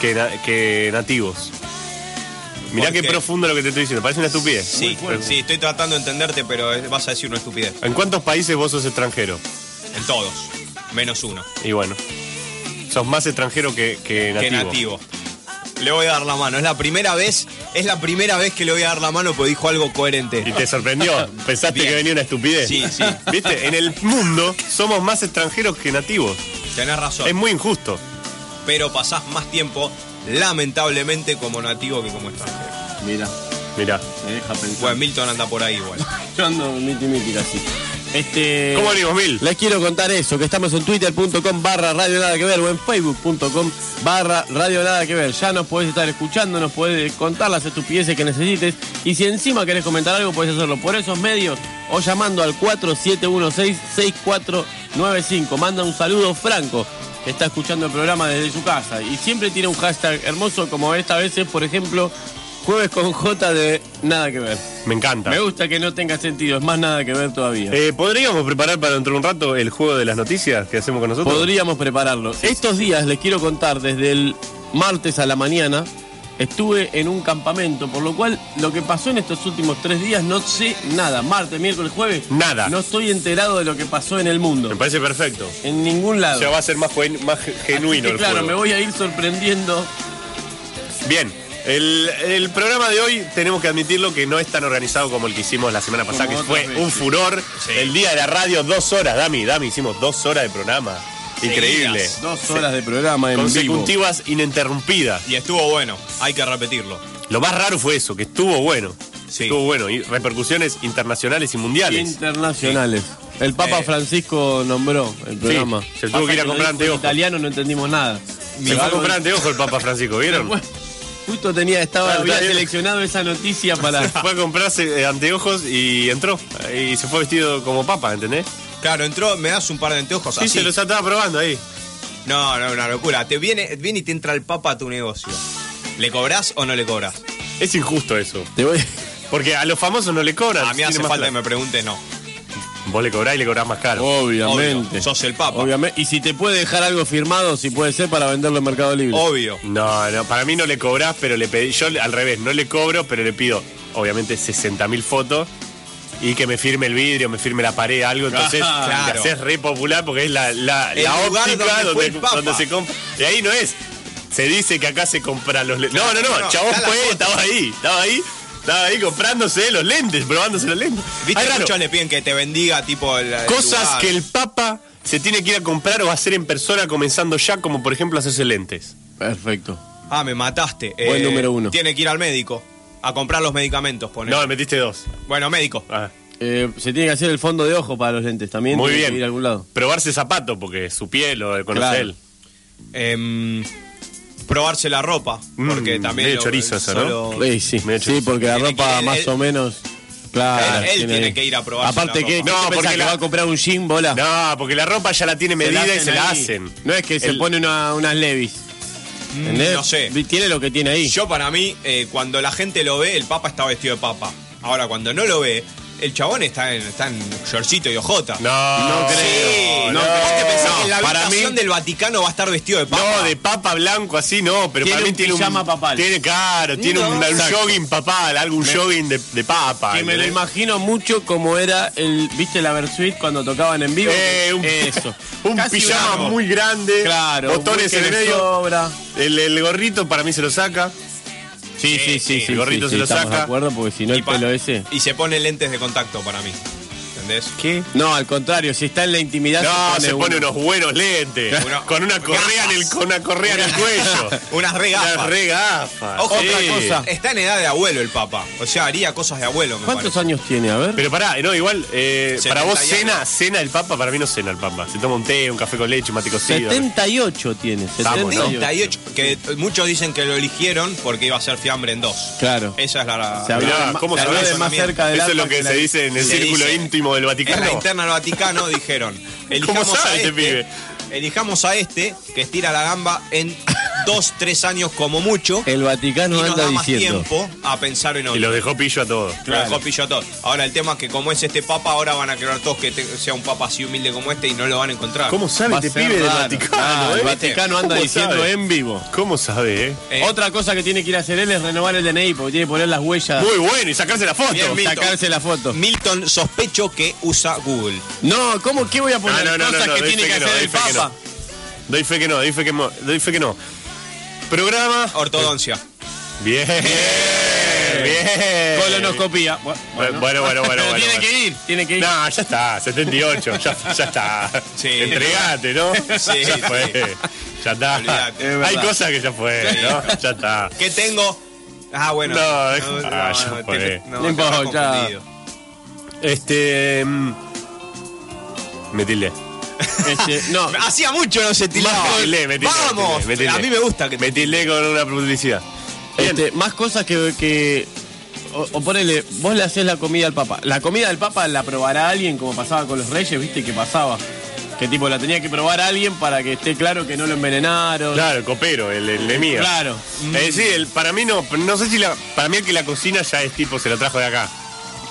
Speaker 3: que, na- que nativos. Mirá
Speaker 4: ¿Por
Speaker 3: qué
Speaker 4: qué?
Speaker 3: profundo lo que te estoy diciendo. Parece una estupidez.
Speaker 4: Sí, sí, estoy tratando de entenderte, pero es- vas a decir una estupidez.
Speaker 3: ¿En cuántos países vos sos extranjero?
Speaker 4: En todos, menos uno.
Speaker 3: Y bueno, sos más extranjero que, que
Speaker 4: Que
Speaker 3: nativo.
Speaker 4: nativo. Le voy a dar la mano. Es la primera vez, es la primera vez que le voy a dar la mano porque dijo algo
Speaker 3: Y
Speaker 4: coherente.
Speaker 3: te sorprendió. Pensaste
Speaker 4: Bien.
Speaker 3: que venía una estupidez.
Speaker 4: Sí, sí.
Speaker 3: Viste, en el mundo somos más extranjeros que nativos.
Speaker 4: Tenés razón.
Speaker 3: Es muy injusto.
Speaker 4: Pero pasás más tiempo, lamentablemente, como nativo que como extranjero.
Speaker 2: Mira,
Speaker 3: Mirá.
Speaker 2: me deja pensar.
Speaker 4: Bueno, Milton anda por ahí igual.
Speaker 2: Yo ando miti miti casi. Este.
Speaker 3: ¿Cómo venimos, Mil?
Speaker 2: Les quiero contar eso, que estamos en twitter.com barra radio nada que ver o en facebook.com barra radio nada que ver. Ya nos podés estar escuchando, nos podés contar las estupideces que necesites y si encima querés comentar algo podés hacerlo por esos medios o llamando al 4716-6495. Manda un saludo Franco que está escuchando el programa desde su casa y siempre tiene un hashtag hermoso como esta vez es, por ejemplo, jueves con J de nada que ver.
Speaker 3: Me encanta.
Speaker 2: Me gusta que no tenga sentido, es más nada que ver todavía.
Speaker 3: Eh, ¿Podríamos preparar para dentro de un rato el juego de las noticias que hacemos con nosotros?
Speaker 2: Podríamos prepararlo. Estos días les quiero contar, desde el martes a la mañana estuve en un campamento, por lo cual lo que pasó en estos últimos tres días no sé nada. Martes, miércoles, jueves.
Speaker 3: Nada.
Speaker 2: No estoy enterado de lo que pasó en el mundo.
Speaker 3: Me parece perfecto.
Speaker 2: En ningún
Speaker 3: O
Speaker 2: lado.
Speaker 3: sea, va a ser más, juen- más
Speaker 2: Así
Speaker 3: genuino
Speaker 2: que,
Speaker 3: el
Speaker 2: claro,
Speaker 3: juego.
Speaker 2: me voy a ir sorprendiendo.
Speaker 3: Bien. El, el programa de hoy tenemos que admitirlo que no es tan organizado como el que hicimos la semana pasada,
Speaker 2: Como
Speaker 3: que
Speaker 2: otras
Speaker 3: fue
Speaker 2: veces.
Speaker 3: un furor. El día de la radio, dos horas, Dami, Dami, hicimos dos horas de programa. Increíble.
Speaker 4: Seguidas.
Speaker 2: Dos horas de programa en vivo.
Speaker 3: Consecutivas ininterrumpidas.
Speaker 4: Y estuvo bueno, hay que repetirlo.
Speaker 3: Lo más raro fue eso, que estuvo bueno.
Speaker 4: Sí.
Speaker 3: Estuvo bueno. Y repercusiones internacionales y mundiales.
Speaker 2: Internacionales. El Papa
Speaker 4: Eh.
Speaker 2: Francisco nombró el programa.
Speaker 3: se tuvo que ir a
Speaker 2: lo
Speaker 3: comprar
Speaker 2: dijo
Speaker 3: anteojos.
Speaker 2: En italiano no entendimos nada.
Speaker 3: Se fue a
Speaker 2: Algo
Speaker 3: comprar
Speaker 2: de-
Speaker 3: anteojos el Papa Francisco, ¿vieron?
Speaker 2: Bueno, Justo tenía, estaba,
Speaker 3: Claro,
Speaker 2: había
Speaker 3: está bien.
Speaker 2: seleccionado esa noticia para.
Speaker 3: Fue a comprarse eh, anteojos y entró. Y se fue vestido como papa, ¿entendés?
Speaker 4: Claro, entró, me das un par de anteojos
Speaker 3: Sí,
Speaker 4: así.
Speaker 3: se los estaba probando ahí.
Speaker 4: No, no, una locura. Te viene, viene y te entra el papa a tu negocio. ¿Le cobrás o no le cobrás?
Speaker 3: Es injusto eso.
Speaker 2: Te voy.
Speaker 3: Porque a los famosos no le cobran.
Speaker 4: A mí
Speaker 3: tienen
Speaker 4: hace
Speaker 3: más
Speaker 4: falta que
Speaker 3: plata.
Speaker 4: me pregunte, no.
Speaker 3: Vos le cobrás y le cobrás más caro.
Speaker 2: Obviamente.
Speaker 4: Obvio, sos el papa.
Speaker 2: Obviamente. Y si te puede dejar algo firmado, si puede ser para venderlo en Mercado Libre.
Speaker 4: Obvio.
Speaker 3: No, no, para mí no le cobrás, pero le pedí. Yo al revés, no le cobro, pero le pido, obviamente, 60.000 fotos y que me firme el vidrio, me firme la pared, algo. Entonces,
Speaker 4: Ah, claro.
Speaker 3: te haces re popular porque es la, la,
Speaker 4: El
Speaker 3: la
Speaker 4: lugar
Speaker 3: óptica
Speaker 4: donde fue
Speaker 3: donde,
Speaker 4: el Papa.
Speaker 3: donde se compra. De ahí no es. Se dice que acá se compran los lentes.
Speaker 4: Claro,
Speaker 3: no, no,
Speaker 4: no,
Speaker 3: no, chabón
Speaker 4: está la
Speaker 3: fue,
Speaker 4: foto.
Speaker 3: estaba ahí, estaba ahí. Estaba ahí comprándose los lentes, probándose los lentes.
Speaker 4: Viste,
Speaker 3: Ay, raro.
Speaker 4: muchos le piden que te bendiga, tipo. el- el
Speaker 3: Cosas
Speaker 4: lugar.
Speaker 3: que el Papa se tiene que ir a comprar o hacer en persona comenzando ya, como por ejemplo hacerse lentes.
Speaker 2: Perfecto.
Speaker 4: Ah, me mataste.
Speaker 2: Buen número uno.
Speaker 4: Tiene que ir al médico a comprar los medicamentos, pone.
Speaker 3: No, me metiste dos.
Speaker 4: Bueno, médico.
Speaker 3: Ah.
Speaker 2: Eh, se tiene que hacer el fondo de ojo para los lentes también.
Speaker 3: Muy
Speaker 2: tiene que
Speaker 3: bien.
Speaker 2: ir a algún lado.
Speaker 3: Probarse zapato, porque su piel lo de
Speaker 2: Claro.
Speaker 3: conocer él.
Speaker 4: Em, probarse la ropa.
Speaker 3: Mm,
Speaker 4: Porque también.
Speaker 3: medio
Speaker 4: lo-
Speaker 3: chorizo eso, ¿no?
Speaker 4: solo-
Speaker 2: Sí, sí.
Speaker 3: Me he hecho-
Speaker 2: Sí, porque la
Speaker 4: Tiene
Speaker 2: ropa
Speaker 4: que ir-
Speaker 2: más
Speaker 4: él-
Speaker 2: o menos. Claro.
Speaker 4: él- él tiene que ir a probarse
Speaker 2: Aparte
Speaker 4: la
Speaker 2: que
Speaker 4: ropa.
Speaker 2: no,
Speaker 3: No,
Speaker 2: porque
Speaker 3: porque
Speaker 2: que
Speaker 3: la-
Speaker 2: va a comprar un jean, bola.
Speaker 3: No, porque la ropa ya la tiene
Speaker 2: Se la
Speaker 3: medida y se la
Speaker 2: ahí.
Speaker 3: hacen.
Speaker 2: No es que se
Speaker 3: El-
Speaker 2: pone una- unas levis. ¿Entendés?
Speaker 4: Mm, no sé.
Speaker 2: Vi- Tiene lo que tiene ahí.
Speaker 4: Yo, para mí, eh, cuando la gente lo ve, el papa está vestido de papa. Ahora, cuando no lo ve, el chabón está en, está en shortcito y ojota.
Speaker 3: No,
Speaker 2: No
Speaker 3: no
Speaker 4: Sí,
Speaker 2: No,
Speaker 4: ¿Vos te pensás
Speaker 3: no,
Speaker 4: que en la
Speaker 3: para
Speaker 4: habitación
Speaker 3: mí-
Speaker 4: del Vaticano va a estar vestido de papa?
Speaker 3: No, de papa blanco así no, pero
Speaker 2: Tiene
Speaker 3: para mí
Speaker 2: un
Speaker 3: tiene
Speaker 2: pijama
Speaker 3: un.
Speaker 2: papal.
Speaker 3: Tiene, claro, tiene un, un
Speaker 2: Exacto.
Speaker 3: jogging papal, algo, un jogging de, de papa.
Speaker 2: Que me lo
Speaker 3: ¿entendés?
Speaker 2: imagino mucho como era el, viste la Versuit cuando tocaban en vivo.
Speaker 3: Eh, un,
Speaker 2: Eso.
Speaker 3: un
Speaker 2: Casi
Speaker 3: pijama
Speaker 2: blanco.
Speaker 3: muy grande,
Speaker 2: claro,
Speaker 3: botones
Speaker 2: muy
Speaker 3: en
Speaker 2: que le
Speaker 3: el medio.
Speaker 2: sobra.
Speaker 3: El, el gorrito para mí se lo saca.
Speaker 2: Sí, sí, sí, sí.
Speaker 3: Eh, el gorrito
Speaker 2: sí,
Speaker 3: se
Speaker 2: sí,
Speaker 3: lo
Speaker 2: estamos
Speaker 3: saca.
Speaker 2: de acuerdo porque si no el
Speaker 4: pa-
Speaker 2: pelo ese.
Speaker 4: y se pone lentes de contacto para mí. ¿Entendés?
Speaker 3: ¿Qué?
Speaker 2: No, al contrario, si está en la intimidad
Speaker 3: No, se pone
Speaker 2: uno.
Speaker 3: unos buenos lentes.
Speaker 4: Uno-
Speaker 3: con una
Speaker 4: unas
Speaker 3: correa en el, con una correa en el cuello.
Speaker 4: Unas regafas.
Speaker 3: Unas regafas.
Speaker 4: Ojo,
Speaker 3: Sí.
Speaker 4: otra cosa. Está en edad de abuelo el Papa. O sea, haría cosas de abuelo, me
Speaker 2: ¿Cuántos
Speaker 4: parece.
Speaker 2: años tiene? A ver.
Speaker 3: Pero pará, no, igual, eh, para vos
Speaker 4: 70 y
Speaker 3: cena,
Speaker 4: algo.
Speaker 3: cena el papa, para mí no cena el papa. Se toma un té, un café con leche, un mate cocido.
Speaker 2: 78 tiene.
Speaker 3: Estamos, ¿no?
Speaker 2: 78.
Speaker 4: 38, que muchos dicen que lo eligieron porque iba a ser fiambre en dos.
Speaker 2: Claro.
Speaker 4: Esa es la, la,
Speaker 2: Se habló
Speaker 3: Mirá,
Speaker 2: de ma-
Speaker 3: ¿cómo
Speaker 2: se habló
Speaker 3: sabés
Speaker 2: de
Speaker 3: eso
Speaker 2: más
Speaker 4: también?
Speaker 2: cerca del
Speaker 3: Eso es
Speaker 2: alma
Speaker 3: lo que
Speaker 2: la-
Speaker 3: se dice en el
Speaker 4: Se
Speaker 3: círculo
Speaker 4: dice-
Speaker 3: íntimo del
Speaker 4: en la
Speaker 3: Vaticano.
Speaker 4: interna del Vaticano dijeron, elijamos
Speaker 3: sabe
Speaker 4: a
Speaker 3: este
Speaker 4: este,
Speaker 3: pibe?
Speaker 4: Elijamos a este que estira la gamba en dos, tres años como mucho
Speaker 2: El
Speaker 4: y
Speaker 2: Vaticano
Speaker 4: nos
Speaker 2: anda
Speaker 4: da más
Speaker 2: diciendo.
Speaker 4: tiempo a pensar en
Speaker 3: Y
Speaker 4: otro.
Speaker 3: los dejó pillo a todos.
Speaker 4: Lo dejó pillo a todos. Ahora el tema es que como es este papa, ahora van a querer todos que te- sea un papa así humilde como este y no lo van a encontrar.
Speaker 3: ¿Cómo sabe
Speaker 2: Va a
Speaker 3: este
Speaker 2: ser
Speaker 3: pibe del
Speaker 2: raro.
Speaker 3: Vaticano?
Speaker 2: Ah,
Speaker 3: eh?
Speaker 2: el Vaticano anda
Speaker 3: ¿Cómo
Speaker 2: diciendo
Speaker 3: sabe?
Speaker 2: en vivo.
Speaker 3: ¿Cómo sabe, eh?
Speaker 4: Eh,
Speaker 2: Otra cosa que tiene que ir a hacer él es renovar el DNI porque tiene que poner las huellas.
Speaker 3: Muy bueno, y sacarse la foto.
Speaker 4: Bien, bien.
Speaker 2: Sacarse la foto.
Speaker 4: Milton sospecho que usa Google.
Speaker 2: No, ¿cómo que voy a poner
Speaker 3: Ah, No, no, no,
Speaker 2: cosas
Speaker 3: no, no,
Speaker 2: que
Speaker 3: dice
Speaker 2: tiene que
Speaker 3: que no,
Speaker 2: hacer el
Speaker 3: dice que no.
Speaker 2: Papa?
Speaker 3: Doy fe que no, doy fe que, mo- doy fe que no. Programa.
Speaker 4: Oh. Ortodoncia.
Speaker 3: Bien, bien.
Speaker 2: Colonoscopía. Bu-
Speaker 3: Eh, Bueno, bueno, bueno,
Speaker 2: Pero
Speaker 3: bueno. bueno,
Speaker 2: tiene
Speaker 3: bueno.
Speaker 2: que ir, tiene que ir.
Speaker 3: No, ya está, 78, ya, ya está.
Speaker 4: Sí.
Speaker 3: Entregate, ¿no?
Speaker 4: Sí,
Speaker 3: ya
Speaker 4: sí.
Speaker 3: fue. Ya está.
Speaker 4: Olvidate.
Speaker 2: Es
Speaker 3: Hay
Speaker 2: verdad.
Speaker 3: cosas que ya fue,
Speaker 4: Sí.
Speaker 3: ¿no? Ya está.
Speaker 4: ¿Qué tengo? Ah, bueno.
Speaker 3: No, deja- ah, ya
Speaker 4: te-
Speaker 3: fue.
Speaker 4: no,
Speaker 2: No
Speaker 4: te
Speaker 2: importa,
Speaker 4: habrás
Speaker 2: ya.
Speaker 4: confundido.
Speaker 3: Este. mm, Me tildé.
Speaker 2: Este, no.
Speaker 3: Ah,
Speaker 4: Hacía mucho no se tiraba.
Speaker 3: Me tildé, me tildé,
Speaker 4: Vamos.
Speaker 3: me tildé.
Speaker 4: A mí me gusta que
Speaker 3: Me tildé con una publicidad. Bien.
Speaker 2: Este, más cosas que. que- o, o ponele, vos le haces la comida al Papa. La comida del Papa la probará alguien, como pasaba con los reyes, viste que pasaba. Que tipo, la tenía que probar alguien para que esté claro que no lo envenenaron.
Speaker 3: Claro, el copero, el, el de mía.
Speaker 2: Claro.
Speaker 3: Es decir, el- para mí no, no sé si la, para mí el que la cocina ya es tipo, se la trajo de acá.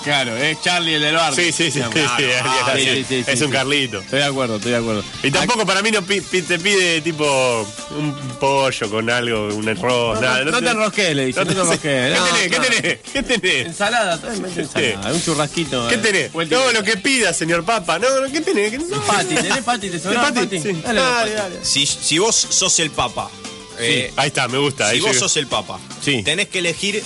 Speaker 2: Claro, es Charlie el del bar.
Speaker 3: Sí, sí, sí. sí, sí,
Speaker 2: ah,
Speaker 3: sí,
Speaker 2: sí, sí,
Speaker 3: es
Speaker 2: sí,
Speaker 3: un
Speaker 2: sí.
Speaker 3: Carlito.
Speaker 2: Estoy de acuerdo, estoy de acuerdo.
Speaker 3: Y tampoco para mí no pi- pi- te pide tipo un pollo con algo, un arroz,
Speaker 2: No,
Speaker 3: nada.
Speaker 2: no, no te enrosques, le dice. No te enrosques. No, no.
Speaker 3: ¿Qué tenés? ¿Qué tenés? ¿Qué tenés?
Speaker 2: Ensalada, tráeme ensalada. Un churrasquito.
Speaker 3: ¿Qué
Speaker 2: eh.
Speaker 3: tenés?
Speaker 2: Vuelta y
Speaker 3: No,
Speaker 2: vuelta.
Speaker 3: lo que pida, señor Papa. No, no, ¿qué tenés? ¿Qué- no.
Speaker 2: Pati, ¿tenés pati? ¿Te sobraba
Speaker 3: Pati?
Speaker 2: pati?
Speaker 3: Sí.
Speaker 2: Dale, dos
Speaker 3: Dale,
Speaker 2: patis.
Speaker 3: dale.
Speaker 4: Si, si vos sos el papa, eh,
Speaker 3: Ahí está, me gusta.
Speaker 4: si
Speaker 3: ahí
Speaker 4: vos
Speaker 3: llega.
Speaker 4: sos el papa,
Speaker 2: Sí.
Speaker 4: tenés que elegir.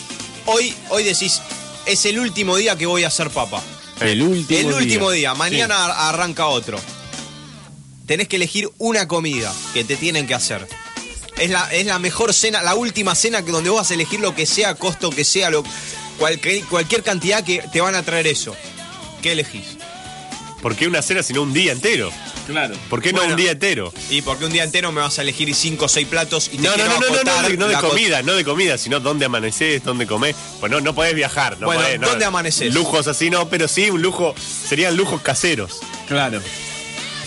Speaker 4: Hoy, hoy decís, es el último día que voy a ser papa.
Speaker 2: El último
Speaker 4: el último
Speaker 2: día.
Speaker 4: día, mañana ar- arranca otro. Tenés que elegir una comida que te tienen que hacer. Es la, es la mejor cena, la última cena que donde vos vas a elegir lo que sea, costo que sea, lo, cualquier, cualquier cantidad que te van a traer eso. ¿Qué elegís?
Speaker 3: ¿Por qué una cena sino un día entero?
Speaker 2: Claro.
Speaker 3: ¿Por qué no
Speaker 4: Bueno.
Speaker 3: un día entero?
Speaker 4: Y porque un día entero me vas a elegir cinco o seis platos y te
Speaker 3: No, no,
Speaker 4: quiero
Speaker 3: no, no, no, no,
Speaker 4: acotar
Speaker 3: de- no de
Speaker 4: la co-
Speaker 3: comida, no de comida, sino dónde amaneces, dónde comés. Pues no, no podés viajar, no
Speaker 4: Bueno,
Speaker 3: podés, no.
Speaker 4: ¿dónde amaneces?
Speaker 3: Lujos así no, pero sí, un lujo, serían lujos caseros.
Speaker 2: Claro.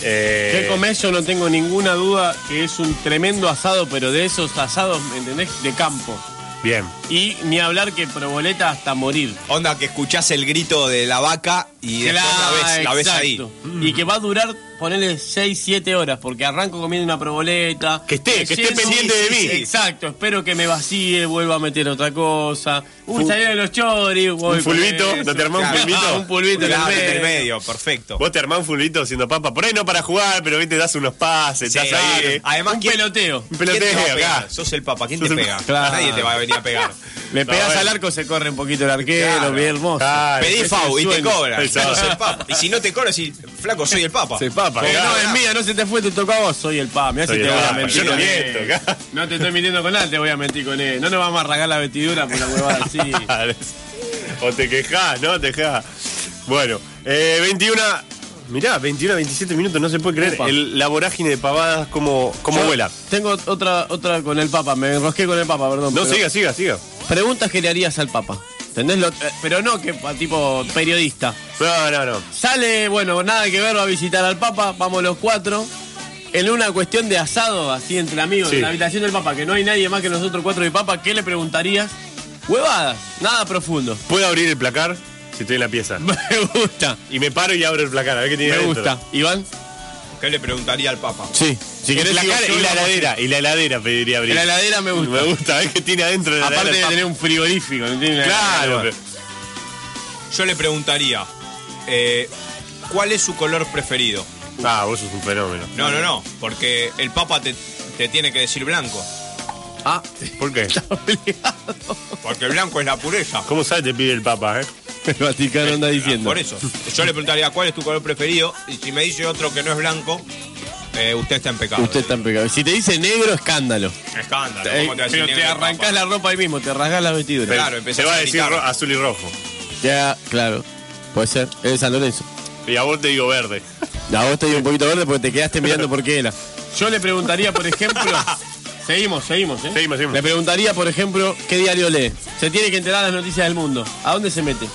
Speaker 3: Eh,
Speaker 2: ¿Qué comés? Yo no tengo ninguna duda que es un tremendo asado, pero de esos asados, ¿me entendés? De campo.
Speaker 3: Bien.
Speaker 2: Y ni hablar que proboleta hasta morir.
Speaker 4: Onda que escuchás el grito de la vaca y después la ves, la ves ahí.
Speaker 2: exacto. Y que va a durar, ponerle 6, 7 horas, porque arranco comiendo una proboleta.
Speaker 3: Que esté,
Speaker 2: Me
Speaker 3: que esté
Speaker 2: siento-
Speaker 3: pendiente de mí.
Speaker 2: Exacto, espero que me vacíe, vuelva a meter otra cosa. Uy, salieron de los choris. voy
Speaker 3: un
Speaker 2: por
Speaker 3: fulbito,
Speaker 2: eso. Ah,
Speaker 3: ¿no te armás un fulbito?
Speaker 2: un pulvito en el
Speaker 4: Claro,
Speaker 2: medio.
Speaker 4: en el medio, perfecto.
Speaker 3: Vos te armás un fulbito haciendo papa. Por ahí no para jugar, pero viste, das unos pases,
Speaker 4: Sí,
Speaker 3: estás ahí. eh.
Speaker 4: claro. Además,
Speaker 2: Un
Speaker 4: ¿quién-
Speaker 2: peloteo.
Speaker 3: Un
Speaker 4: ¿quién te va a
Speaker 3: peloteo
Speaker 4: pegar?
Speaker 3: acá.
Speaker 4: Sos el papa, ¿quién
Speaker 3: Sos
Speaker 4: te
Speaker 3: el-
Speaker 4: pega?
Speaker 2: Claro.
Speaker 4: Nadie te va a venir a pegar.
Speaker 2: Le
Speaker 3: No,
Speaker 2: pegás
Speaker 3: bueno.
Speaker 2: al arco, se corre un poquito el arquero,
Speaker 4: Claro.
Speaker 2: bien hermoso.
Speaker 3: Claro.
Speaker 4: Pedí
Speaker 3: ese
Speaker 4: FAU
Speaker 3: es
Speaker 4: y
Speaker 3: el
Speaker 4: te
Speaker 3: sueño.
Speaker 4: cobran.
Speaker 3: Ese es el
Speaker 4: Sos el papa. Y si no te cobran, decís, flaco, soy el papa.
Speaker 2: Soy papa.
Speaker 3: Porque
Speaker 2: Claro.
Speaker 3: no,
Speaker 2: no, es mía, no se te fue, te tocó a vos. Soy el papa. Mirá
Speaker 3: Ah, Soy
Speaker 2: si
Speaker 3: el
Speaker 2: te voy a
Speaker 3: papa,
Speaker 2: mentir.
Speaker 3: yo no
Speaker 2: con
Speaker 3: miento,
Speaker 2: él.
Speaker 3: claro.
Speaker 2: No te estoy mintiendo con nada, te voy a mentir con él. No nos vamos a rasgar la vestidura por la huevada así.
Speaker 3: Claro. O te quejás, ¿no? Te quejás. Bueno, eh, 21. Mirá, 21 27 minutos, no se puede creer.
Speaker 2: Opa.
Speaker 3: el- la vorágine de pavadas, como como
Speaker 2: Yo
Speaker 3: vuela?
Speaker 2: Tengo otra, otra con el Papa, me enrosqué con el Papa, perdón.
Speaker 3: No,
Speaker 2: pero-
Speaker 3: siga, siga, siga.
Speaker 2: Preguntas que le harías al Papa. ¿Entendés? Lo- eh, pero no que pa- tipo periodista.
Speaker 3: No, no, no.
Speaker 2: Sale, bueno, nada que ver, va a visitar al Papa, vamos los cuatro. En una cuestión de asado, así entre amigos,
Speaker 3: Sí.
Speaker 2: en la habitación del Papa, que no hay nadie más que nosotros cuatro de Papa, ¿qué le preguntarías? Huevadas, nada profundo.
Speaker 3: ¿Puedo abrir el placar? Si estoy en la pieza.
Speaker 2: Me gusta,
Speaker 3: Y me paro y abro el placar, a ver qué tiene
Speaker 2: me
Speaker 3: adentro.
Speaker 2: gusta. Iván.
Speaker 4: ¿Qué le preguntaría al papa?
Speaker 2: Sí.
Speaker 3: Si querés
Speaker 2: placar
Speaker 3: placar
Speaker 2: y
Speaker 3: y
Speaker 2: la
Speaker 3: la heladera, y la heladera pediría abrir.
Speaker 2: La heladera me gusta.
Speaker 3: Me gusta, a ver qué tiene adentro de la
Speaker 2: Aparte de
Speaker 3: heladera.
Speaker 2: tener un frigorífico, ¿no tiene
Speaker 3: Claro,
Speaker 2: nada
Speaker 3: pero-
Speaker 4: Yo le preguntaría, eh, ¿cuál es su color preferido?
Speaker 3: Ah, vos sos un fenómeno.
Speaker 4: No, no, no, porque el papa te, te tiene que decir blanco.
Speaker 2: más. Ah,
Speaker 3: ¿Por qué?
Speaker 4: Porque el blanco es la pureza.
Speaker 3: ¿Cómo sabe te pide el papa, eh?
Speaker 2: el Vaticano anda diciendo.
Speaker 4: Por eso. Yo le preguntaría cuál es tu color preferido y si me dice otro que no es blanco, eh, usted está en pecado.
Speaker 2: Usted está en pecado. Si te dice negro, escándalo.
Speaker 4: Escándalo.
Speaker 2: Eh,
Speaker 4: ¿cómo te va a
Speaker 2: pero
Speaker 4: decir
Speaker 2: te
Speaker 4: negro el
Speaker 2: arrancás
Speaker 4: Papa?
Speaker 2: la ropa ahí mismo, te rasgás la vestidura.
Speaker 4: Claro, empezás
Speaker 3: Se va a
Speaker 4: a
Speaker 3: decir
Speaker 4: gritar.
Speaker 3: ro- azul y rojo.
Speaker 2: Ya, claro. Puede ser. Es de San Lorenzo.
Speaker 3: Y a vos te digo verde.
Speaker 2: A vos te dio un poquito verde porque te quedaste mirando por qué era. Yo le preguntaría, por ejemplo. seguimos, seguimos, ¿eh?
Speaker 3: Seguimos, seguimos.
Speaker 2: Le preguntaría, por ejemplo, qué diario lee. Se tiene que enterar las noticias del mundo. ¿A dónde se mete?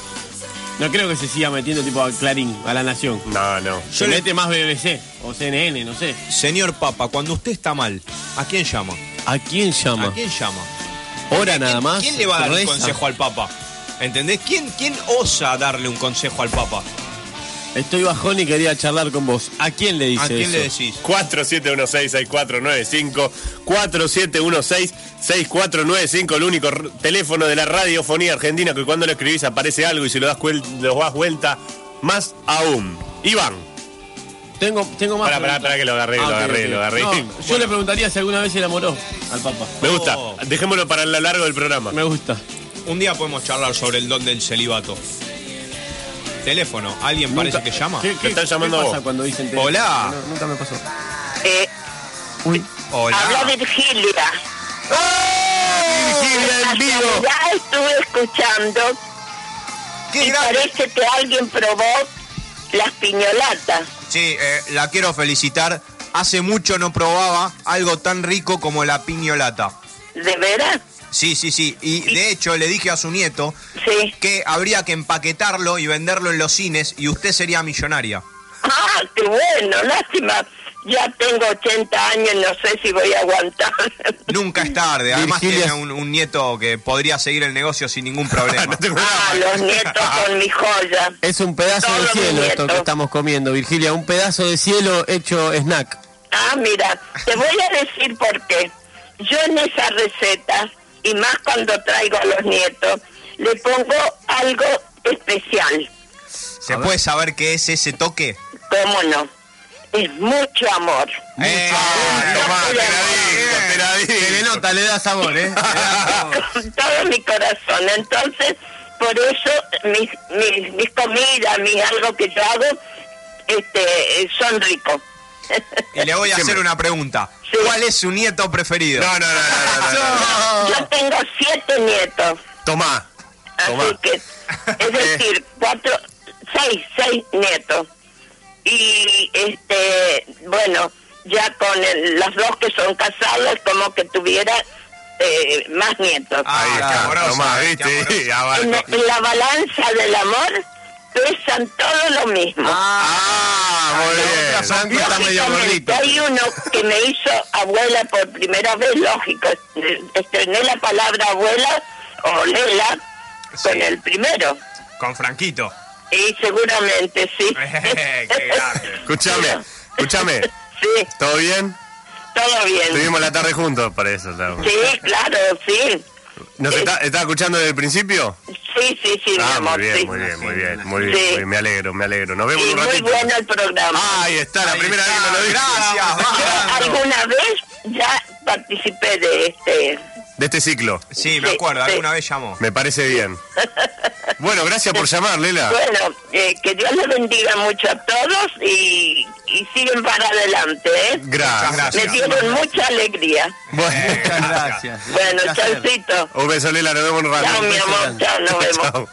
Speaker 2: No creo que se siga metiendo tipo a Clarín, a La Nación.
Speaker 3: No, no.
Speaker 2: Se
Speaker 4: Yo le-
Speaker 2: mete más BBC o CNN, no sé.
Speaker 4: Señor Papa, cuando usted está mal, ¿a quién llama?
Speaker 2: ¿A quién llama?
Speaker 4: ¿A quién llama?
Speaker 2: Hora
Speaker 4: ¿Quién-
Speaker 2: nada más.
Speaker 4: ¿Quién le va a dar
Speaker 2: reza.
Speaker 4: un consejo al Papa? ¿Entendés? ¿Quién, ¿Quién osa darle un consejo al Papa?
Speaker 2: Estoy bajón y quería charlar con vos. ¿A quién le dice
Speaker 4: ¿A quién
Speaker 2: eso?
Speaker 4: le decís?
Speaker 3: 4716-6495. 4716-6495, el único r- teléfono de la radiofonía argentina que cuando lo escribís aparece algo y si lo das, cuel- lo das vuelta, más aún. Iván,
Speaker 2: Tengo, tengo más.
Speaker 3: Pará, pará,
Speaker 2: preguntas.
Speaker 3: pará, que lo agarré,
Speaker 2: Ah,
Speaker 3: lo
Speaker 2: ok,
Speaker 3: agarré,
Speaker 2: ok.
Speaker 3: lo agarré.
Speaker 2: No, Yo
Speaker 3: Bueno.
Speaker 2: le preguntaría si alguna vez se enamoró al Papa.
Speaker 3: me
Speaker 4: Oh.
Speaker 3: gusta. Dejémoslo para lo largo del programa.
Speaker 2: Me gusta.
Speaker 4: Un día podemos charlar sobre el don del celibato. Teléfono, ¿alguien parece
Speaker 2: Nunca-
Speaker 4: que llama?
Speaker 2: ¿Qué,
Speaker 3: Te
Speaker 2: qué-
Speaker 3: están llamando
Speaker 2: qué
Speaker 3: a
Speaker 2: pasa
Speaker 3: vos.
Speaker 2: cuando dicen te-
Speaker 4: Hola.
Speaker 2: No, nunca me pasó.
Speaker 6: Eh,
Speaker 2: Uy.
Speaker 6: habla
Speaker 4: Hola.
Speaker 6: Virgilia.
Speaker 3: Virgilia en vivo.
Speaker 6: Ya estuve escuchando
Speaker 4: ¡Qué
Speaker 6: y
Speaker 4: grande!
Speaker 6: parece que alguien probó las piñolatas.
Speaker 4: Sí, eh, la quiero felicitar. Hace mucho no probaba algo tan rico como la piñolata.
Speaker 6: ¿De veras?
Speaker 4: Sí, sí, sí. Y de hecho le dije a su nieto
Speaker 6: Sí.
Speaker 4: que habría que empaquetarlo y venderlo en los cines y usted sería millonaria.
Speaker 6: Ah, qué bueno, lástima. Ya tengo 80 años, no sé si voy a aguantar.
Speaker 4: Nunca es tarde. Además
Speaker 2: Virgilia-
Speaker 4: tiene un, un nieto que podría seguir el negocio sin ningún problema.
Speaker 3: No te
Speaker 6: Ah, los nietos son mi joya.
Speaker 2: Es un pedazo
Speaker 6: Todo
Speaker 2: de
Speaker 6: mi
Speaker 2: cielo esto
Speaker 6: nieto.
Speaker 2: que estamos comiendo, Virgilia. Un pedazo de cielo hecho snack.
Speaker 6: Ah, mira, te voy a decir por qué. Yo en esa receta, y más cuando traigo a los nietos, le pongo algo especial.
Speaker 4: ¿Se puede saber qué es ese toque?
Speaker 6: ¿Cómo no? Es mucho amor.
Speaker 4: ¡Eh!
Speaker 6: tomá, te la digo,
Speaker 3: te la digo.
Speaker 4: Se le nota, le da sabor, ¿eh? Le da sabor.
Speaker 6: Con todo mi corazón. Entonces, por eso mis, mis, mis comidas, mis algo que yo hago, este, eh, son ricos.
Speaker 4: Y le voy a hacer una pregunta.
Speaker 6: Sí.
Speaker 4: ¿Cuál es su nieto preferido?
Speaker 3: No, no, no, no, no, no, no.
Speaker 6: Yo tengo siete nietos,
Speaker 3: Tomá.
Speaker 6: así
Speaker 3: Tomá. Eh.
Speaker 6: que, es decir, cuatro, seis, seis nietos. Y, este, bueno, ya con el- los dos que son casados, como que tuviera eh, más nietos.
Speaker 4: Ah,
Speaker 3: Ahí
Speaker 4: qué
Speaker 3: está,
Speaker 4: amorosa,
Speaker 3: tomá,
Speaker 4: qué
Speaker 3: viste.
Speaker 4: amorosa.
Speaker 6: en,
Speaker 3: Abarco.
Speaker 6: en la balanza del amor pesan todo lo mismo.
Speaker 4: Ah,
Speaker 3: Ah,
Speaker 7: Ah, muy bien. Santi está medio gordito.
Speaker 6: Lógicamente, hay uno que me hizo abuela por primera vez, lógico. Estrené la palabra abuela o lela con el primero.
Speaker 7: Con Franquito.
Speaker 6: Y seguramente sí.
Speaker 4: Eh,
Speaker 7: Qué grande.
Speaker 3: Escúchame, escúchame.
Speaker 6: Sí,
Speaker 3: ¿Todo bien?
Speaker 6: todo bien.
Speaker 3: Estuvimos la tarde juntos, para eso. estamos.
Speaker 6: Sí, claro, sí.
Speaker 3: ¿Nos está, está escuchando desde el principio?
Speaker 6: Sí, sí, sí, mi
Speaker 3: Ah,
Speaker 6: amor.
Speaker 3: muy bien,
Speaker 6: sí.
Speaker 3: muy bien, muy bien, muy bien,
Speaker 6: Sí.
Speaker 3: muy bien. Me alegro, me alegro. Nos vemos
Speaker 6: Y
Speaker 3: un
Speaker 6: muy
Speaker 3: ratito. Ah,
Speaker 6: bueno el programa.
Speaker 3: Ahí está, la primera vez que me lo dijo.
Speaker 7: Gracias,
Speaker 6: Yo
Speaker 7: vamos.
Speaker 6: alguna vez ya participé de este.
Speaker 3: De este ciclo.
Speaker 4: Sí, me
Speaker 6: Sí,
Speaker 4: acuerdo,
Speaker 6: sí.
Speaker 4: alguna vez llamó.
Speaker 3: Me parece bien. Bueno, gracias por llamar, Lela.
Speaker 6: Bueno, eh, que Dios les bendiga mucho a todos y, y siguen para adelante, ¿eh?
Speaker 3: Gracias.
Speaker 6: Me dieron mucha alegría.
Speaker 3: Bueno,
Speaker 2: Muchas gracias.
Speaker 6: Bueno,
Speaker 2: Un placer.
Speaker 6: chancito.
Speaker 3: un beso, Lela. Nos vemos un
Speaker 6: Chao, mi
Speaker 3: rato.
Speaker 6: amor. Chao, nos vemos.
Speaker 3: Chao.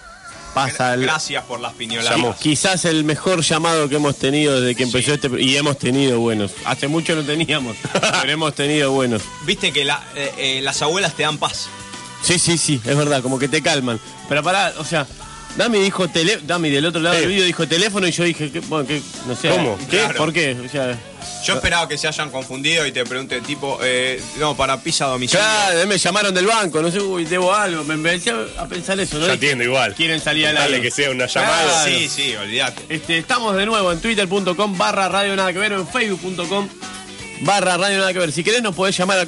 Speaker 2: Pasa el-
Speaker 4: Gracias por las piñolas.
Speaker 3: Llamó.
Speaker 2: Quizás el mejor llamado que hemos tenido desde que empezó este... Y hemos tenido buenos. Hace mucho no teníamos, pero hemos tenido buenos.
Speaker 4: Viste que la- eh, eh, las abuelas te dan paz.
Speaker 2: Sí, sí, sí, es verdad, como que te calman. Pero pará, o sea, Dami dijo tele, Dami del otro lado
Speaker 3: Eh.
Speaker 2: del vídeo dijo teléfono y yo dije, que, bueno, que, no sé.
Speaker 3: ¿Cómo?
Speaker 2: ¿Qué?
Speaker 4: Claro.
Speaker 2: ¿Por qué? O sea,
Speaker 4: Yo esperaba que se hayan confundido y te pregunte tipo, eh, no, para pizza a domicilio.
Speaker 2: claro, me llamaron del banco, no sé, uy, debo algo. Me empecé a pensar eso, ¿no? Dije,
Speaker 3: Yo entiendo igual.
Speaker 2: Quieren salir al
Speaker 3: Dale
Speaker 2: aire.
Speaker 3: que sea una
Speaker 4: Ah,
Speaker 3: llamada.
Speaker 4: Sí, sí, olvídate.
Speaker 2: Este, estamos de nuevo en twitter.com barra radio nada que ver o en facebook.com barra radio nada que ver. Si querés nos podés llamar al